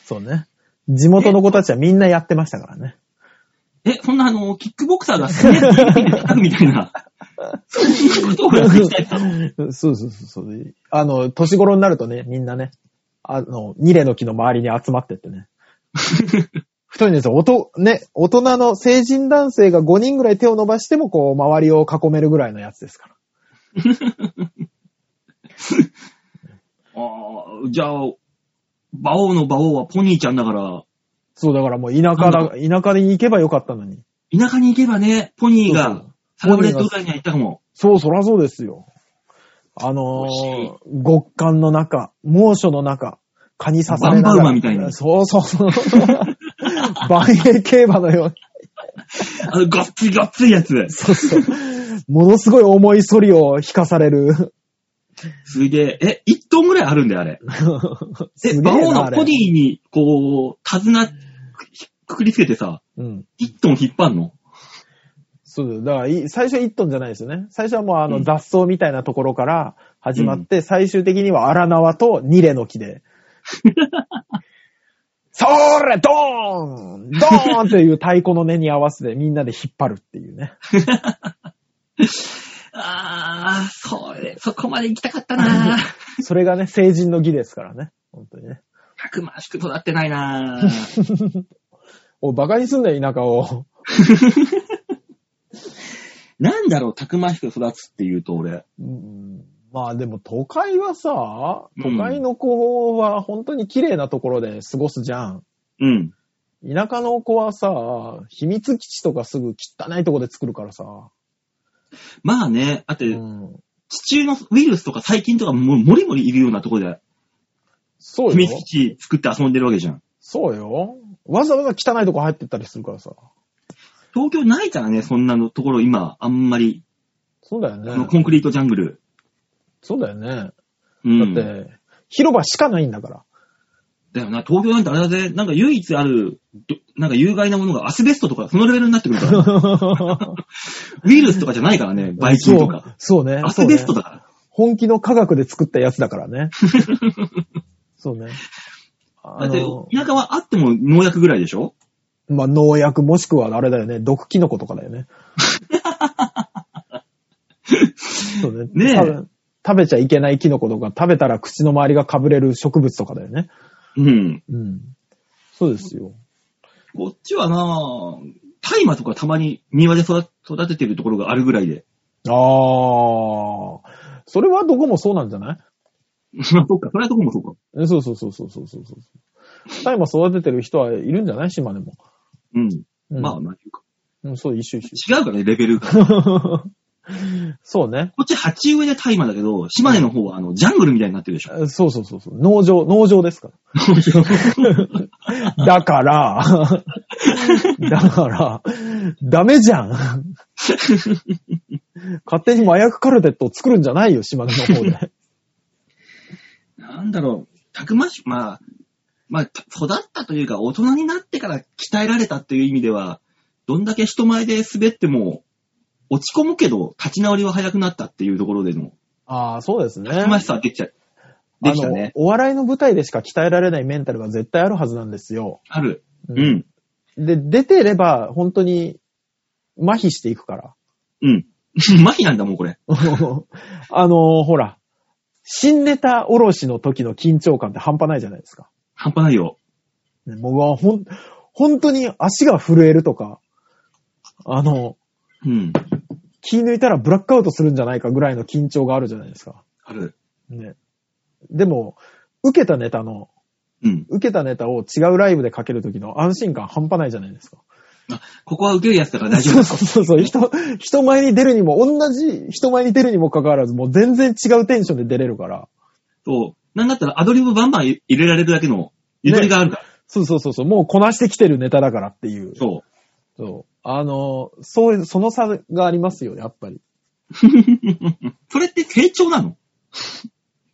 そうね。地元の子たちはみんなやってましたからね。え、そんなあの、キックボクサーがスネープ一気に叩くみたい な、そういうことをやっていきたいなの。そうそうそうそう。あの、年頃になるとね、みんなね、あの、ニレの木の周りに集まってっ てね。太いんですよ。おと、ね、大人の成人男性が5人ぐらい手を伸ばしても、こう、周りを囲めるぐらいのやつですから。 ああ、じゃあ、馬王の馬王はポニーちゃんだから、そう、だからもう田舎だ、田舎に行けばよかったのに。田舎に行けばね、ポニーそうそがう、サラブレッド街にはいたかも。そう、そらそうですよ。あの美味しー、極寒の中、猛暑の中、蚊に刺されなバンがら。パウマみたいなそうそ うそう。万栄競馬のように。あの、ごっついごっついやつ。 そうそう。ものすごい重いソリを引かされ る。すげえ、え、1トンぐらいあるんだよ、あれ。え、すげ馬え王な、あのれポニーに、こう、手綱、くくりつけてさ、うん。 1トン引っ張んのそうだよ。だからい、最初は1トンじゃないですよね。最初はもうあうのん雑草みたいなところから始まって、最終的には荒縄とニレの木 で。それドーンドーンっていう太鼓の音に合わせてみんなで引っ張るっていうね。ああ、それ、そこまで行きたかった なー。それが ね、成人の儀ですからね。本当にね。たくましく育ってないなぁ。お、バカにすんなよ、田舎を。 なんだろう、たくましく育つっていうと俺。うんまあでも都会はさ、うん都会の子は本当に綺麗なところで過ごすじゃん。うん。田舎の子はさ、秘密基地とかすぐ汚いとこで作るからさ。まあね、だっうて、ん。地中のウイルスとか細菌とかももりもりいるようなところで、そう秘よ密。基地作って遊んでるわけじゃん。そうよ。わざわざ汚いとこ入ってったりするからさ。東京ないからね、そんなのところ今、あんまり、そうだよあのね。コンクリートジャングル。そうだよね。うん。だって、広場しかないんだから。だよな、東京なんてあれだぜ、なんか唯一ある、どなんか有害なものがアスベストとか、そのレベルになってくる から、ウイルスとかじゃないからね、バイキンとか。そう。そうね。アスベストだから。本気の科学で作ったやつだか らね。そうね。あだっての、、田舎はあっても農薬ぐらいでしょまあ、農薬もしくはあれだよね、毒キノコとかだ よね。そうね。ねえ多分食べちゃいけないキノコとか、食べたら口の周りがかぶれる植物とかだよね。うん。うん。そうですよ。こっちはなぁ、大麻とかたまに庭で育育ててるところがあるぐらいで。 ああ。それはどこもそうなんじゃないまあ、そっか、それはとこもそうか。えそうそうそうそうそうそうそう。大麻育ててる人はいるんじゃない島でも。うん。うん、まあ、まあ、いうかうん、そう、一緒一緒。違うからね、レベルが。 そうね。こっち鉢植えで大麻だけど、島根の方はあの、ジャングルみたいになってるでしょ。そうそうそうそう。農場、農場ですから。だ から、だから、ダメじゃん。勝手に麻薬カルテットを作るんじゃないよ、島根の方で。なんだろう、たくましく、まあ、まあ、た育ったというか、大人になってから鍛えられたっていう意味では、どんだけ人前で滑っても、落ち込むけど、立ち直りは早くなったっていうところでの、 ああ、そうですね。たくましさはできちゃ、できたねあ。のお笑いの舞台でしか鍛えられないメンタルが絶対あるはずなんですよ。ある。うう。ん。で、出てれば、本当に、麻痺していくから。 うん。麻痺なん だもん、これ。あのほら、新ネタおろしの時の緊張感って半端ないじゃないですか。半端ないよ。ね僕はほん、本当に足が震えるとか、あの、うん。気抜いたらブラックアウトするんじゃないかぐらいの緊張があるじゃないですか。ある。ね。でも、受けたネタの、うん。受けたネタを違うライブでかけるときの安心感半端ないじゃないですか。ここは受けるやつだから大丈そう夫。そうそう。人、人前に出るにも、同じ人前に出るにもかかわらず、もう全然違うテンションで出れるから。そう。なんだったらアドリブバンバン入れられるだけのゆとりがあるから。そうそうそうそう。もうこなしてきてるネタだからっていう。そそう。あの、そういう、その差がありますよ、やっぱり。う。 それって成長なの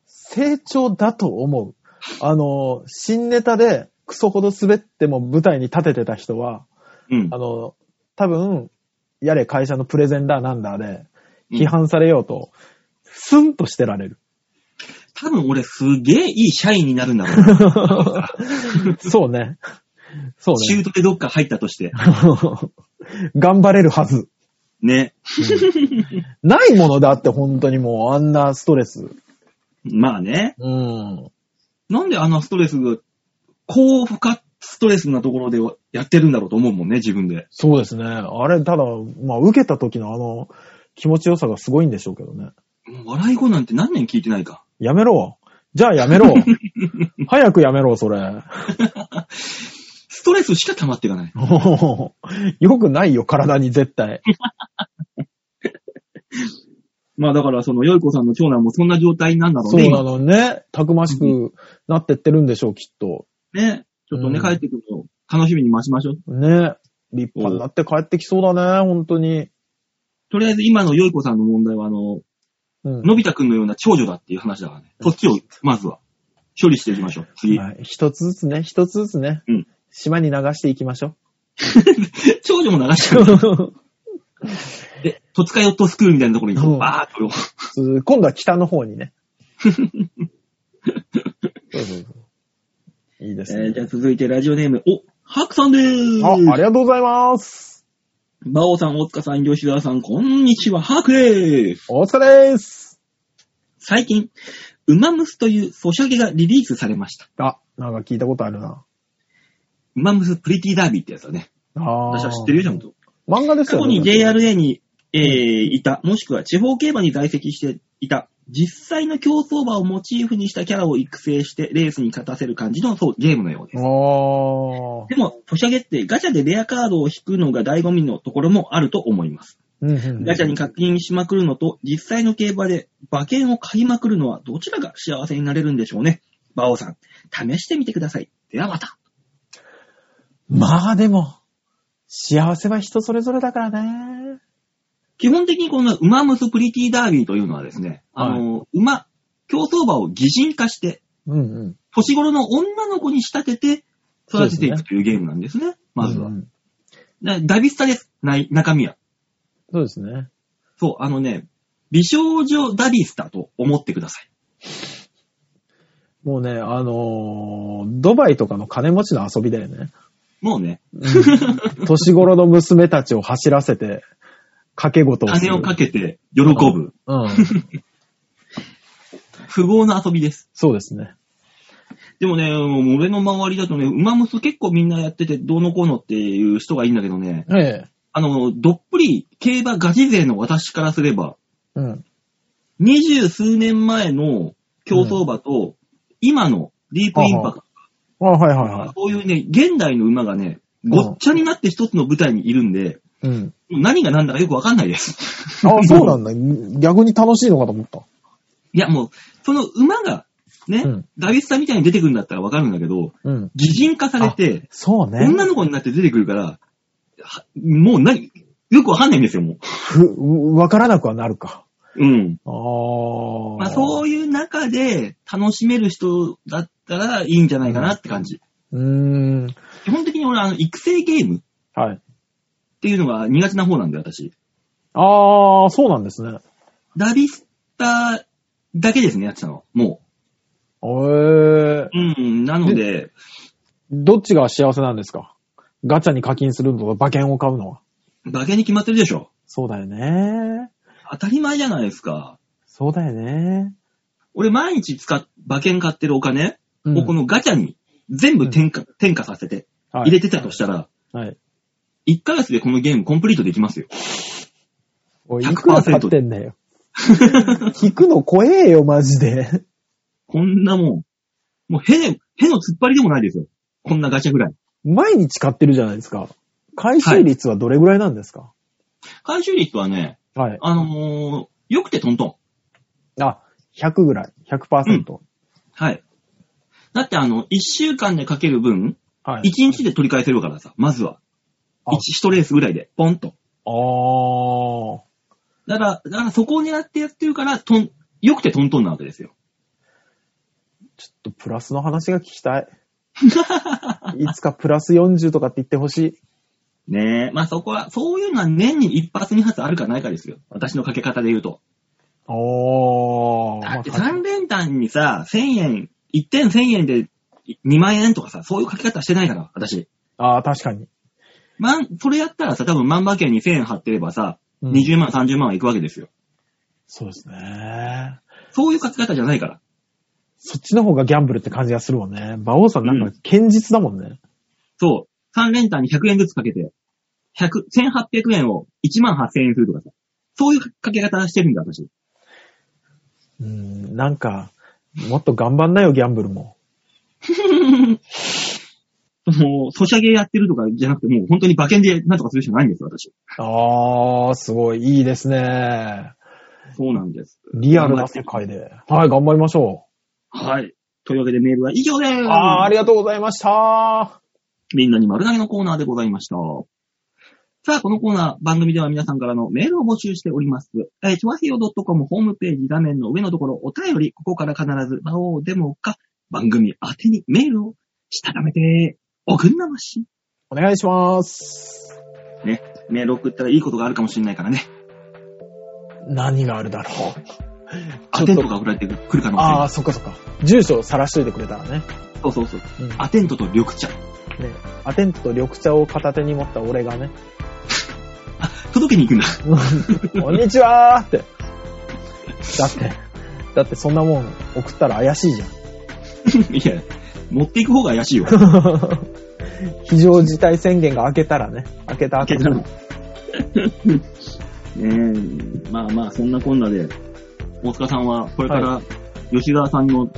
成長だと思う。あの、新ネタでクソほど滑っても舞台に立ててた人は、うんあ。の、多分、やれ会社のプレゼンだなんだで、うん 批判されようと、スンとしてられる。多分俺すげえいい社員になるん だろうな。そうね。そうシュートでどっか入ったとして。ね。 頑張れるはず。ね。ないものだって、本当にもう、あんなストレス。まあね。うん。なんであんなストレスが、高負荷ストレスなところでやってるんだろうと思うもんね、自分で。そうですね。あれ、ただ、まあ、受けた時のあの、気持ちよさがすごいんでしょうけどね。もう笑い声なんて何年聞いてないか。やめろ。じゃあや めろ。早くやめろ、それ。ストレスしか溜まっていかない。もうよくないよ、体に絶対。まあだからその、よいこさんの長男もそんな状態なんだろうそね。うなのね。たくましくなってってるんでしょう、きっと。今ね。ちょっとね、うん帰ってくるのを楽しみに待ちましょう。ね。立派になって帰ってきそうだね、本当に。とりあえず今のよいこさんの問題は、あの、うん。のび太くんのような長女だっていう話だからね。こっちを、まずは、処理していきましょう。次。はい一つずつね、一つずつね、うん島に流していきましょ 長女も流しちゃう。う。で、戸塚ヨットスクールみたいなところにこうう、んバーッと。つ今度は北の方に ね。そうそうそういいですえーね。じゃあ続いてラジオネーム、お、ハクさんでーす。あ、ありがとうございます。馬王さん、大塚さん、吉沢さん、こんにちは、ハークでーす。お疲れです。最近、ウマムスというソシャゲがリリースされました。あ、なんか聞いたことあるな。ウマムスプリティダービーってやつだね。あー私は知ってるよ、ちゃんと。漫画です過よ去ね。に JRA に、えーいた、もしくは地方競馬に在籍していた、実際の競走馬をモチーフにしたキャラを育成してレースに勝たせる感じのそうゲームのようです。ああ。でも、ソシャゲってガチャでレアカードを引くのが醍醐味のところもあると思います。うんうんうんガチャに課金しまくるのと、実際の競馬で馬券を買いまくるのはどちらが幸せになれるんでしょうね。馬王さん、試してみてください。ではまた。まあでも、幸せは人それぞれだからね。基本的にこの馬ムスプリティダービーというのはですね、あの、馬、競走馬を擬人化して、うんうん。年頃の女の子に仕立てて育てていくというゲームなんですね、まずは。うんうんだダビスタです、ない中身は。そうですね。そう、あのね、美少女ダビスタと思ってください。もうね、あのードバイとかの金持ちの遊びだよね。もうね、 年頃の娘たちを走らせて、掛け事をす金る。をかけて喜ぶ、うん。富豪の遊びです。そうですね。でもね、俺の周りだとね、馬ムス結構みんなやってて、どうのこうのっていう人がいいんだけどね、ええ。あの、どっぷり競馬ガチ勢の私からすれば、うん。二十数年前の競走馬と、今のディープインパクトあはいはいあはそういうね、現代の馬がね、ごっちゃになって一つの舞台にいるんで、い。うん。何が何だかよくわかんないです。 あそうなん だ。逆に楽しいのかと思った。いや、もう、その馬が、ね、うんダビスタみたいに出てくるんだったらわかるんだけど、うん。擬人化されて、そうね。女の子になって出てくるから、はもう何、よくわかんないんですよ、もふわからなくはなるか。う。うん。ああ。まあ、そういう中で楽しめる人だったらいいんじゃないかなって感じ。う。うーん。基本的に俺、あの、育成ゲームっはい。ていうのが苦手な方なんで、私。ああ、そうなんですね。ダビスタだけですね、やってたの。もう。ええ。うん、なので、どっちが幸せなんですかガチャに課金するのと馬券を買うのは。馬券に決まってるでしょ。そうだよね。当たり前じゃないですか。そうだよね。俺毎日使っ、馬券買ってるお金うをこのガチャに全部転嫁、転嫁させて入れてたとしたら、はい。はい、 1ヶ月でこのゲームコンプリートできますよ。おい、 100%いくら買ってん だよ。引くの怖えよ、マジで。こんなもん。もう、へね、への突っ張りでもないですよ。こんなガチャぐらい。毎日買ってるじゃないですか。回収率はどれぐらいなんですか回収率はね、はい。あのー、よくてトントン。あ、100ぐらい。100%。はい。だってあの、1週間でかける分、は1い。日で取り返せるからさ、まずは。あ1、1レースぐらいで、ポンと。あー。だから、だからそこを狙ってやってるから、とん、良くてトントンなわけですよ。ちょっとプラスの話が聞き たい。いつかプラス40とかって言ってほしい。ねえ。まあそこは、そういうのは年に一発二発あるかないかですよ。私のかけ方で言うと。おー。だってまあ3連単にさ、1000円、1点1000円で2万円とかさ、そういう書き方してないから、私。ああ、確かに。まん、それやったらさ、多分万馬券に1000円貼ってればさ、うん20万、30万はいくわけですよ。そうですね。そういう書き方じゃないから。そっちの方がギャンブルって感じがするもんね。馬王さんなんうか堅実だもんね。そう。3連単に100円ずつかけて、100、1800円を1万8000円するとかさ。そういうかけ方してるんだ、私。うん、なんか、もっと頑張んなよ、ギャンブルも。もう、ソシャゲやってるとかじゃなくて、もう本当に馬券でなんとかするしかないんですよ、私。ああ、すごい、いいですね。そうなんです。リアルな世界で。はい、頑張りましょはい。というわけでメールは以上でう。す。ああ、ありがとうございました。みんなに丸投げのコーナーでございました。さあ、このコーナー、番組では皆さんからのメールを募集しております。えー、ちわひよ .com ホームページ画面の上のところ、お便り、ここから必ず、魔王でもか、番組宛てにメールをしたためて、おくんなまし。お願いします。メール送ったらいいことがあるかもしれないからね。何があるだろう。アテントが送られてくるかもしれあなあ、そっかそっか。住所を晒しといてくれたらね。い。そうそうそう。うん。ねアテントと緑茶。アテントと緑茶を片手に持った俺 がね、届けに行くんだ。 こんにちはーって。だって、だってそんなもん送ったら怪しい じゃいん。や、持っていく方が怪しいよ。非常事態宣言が明けたらね、明けた明 けたら。ねえ、まあまあ、そんなこんなで、大塚さんはこれから吉沢さんの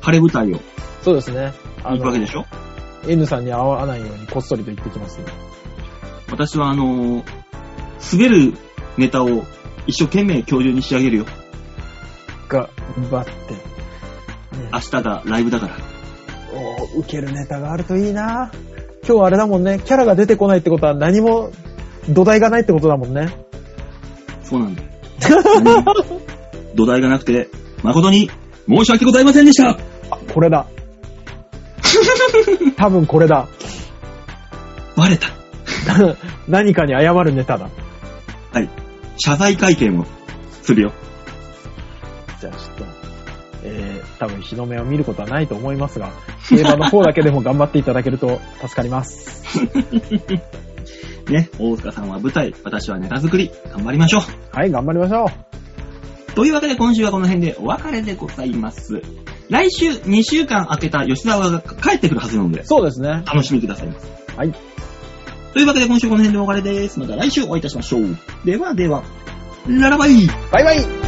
晴れ舞台をそうですね。あ行くわのけ、でしょ N さんに会わないようにこっそりと言ってきますね。私はあのー滑るネタを一生懸命今日中に仕上げるよ。が、奪って。ね明日がライブだから。おー受けるネタがあるといいな今日あれだもんね、キャラが出てこないってことは何も土台がないってことだもんね。そうなんだよ。何土台がなくて、誠に申し訳ございませんでしたあ、 これだ。多分これだ。 バレた。何かに謝るネタだ。はい。謝罪会見をする よ。じゃあちょっと、えー、多分日の目を見ることはないと思いますが、競馬の方だけでも頑張っていただけると助かります。ね、大塚さんは舞台、私はネタ作り、頑張りましょう。はい、頑張りましょう。というわけで今週はこの辺でお別れでございます。来週2週間空けた吉沢が帰ってくるはずなので、そうですね。楽しみください。はい。というわけで今週この辺でお別れです。また来週お会いいたしましょう。ではでは、ララバイバイバイ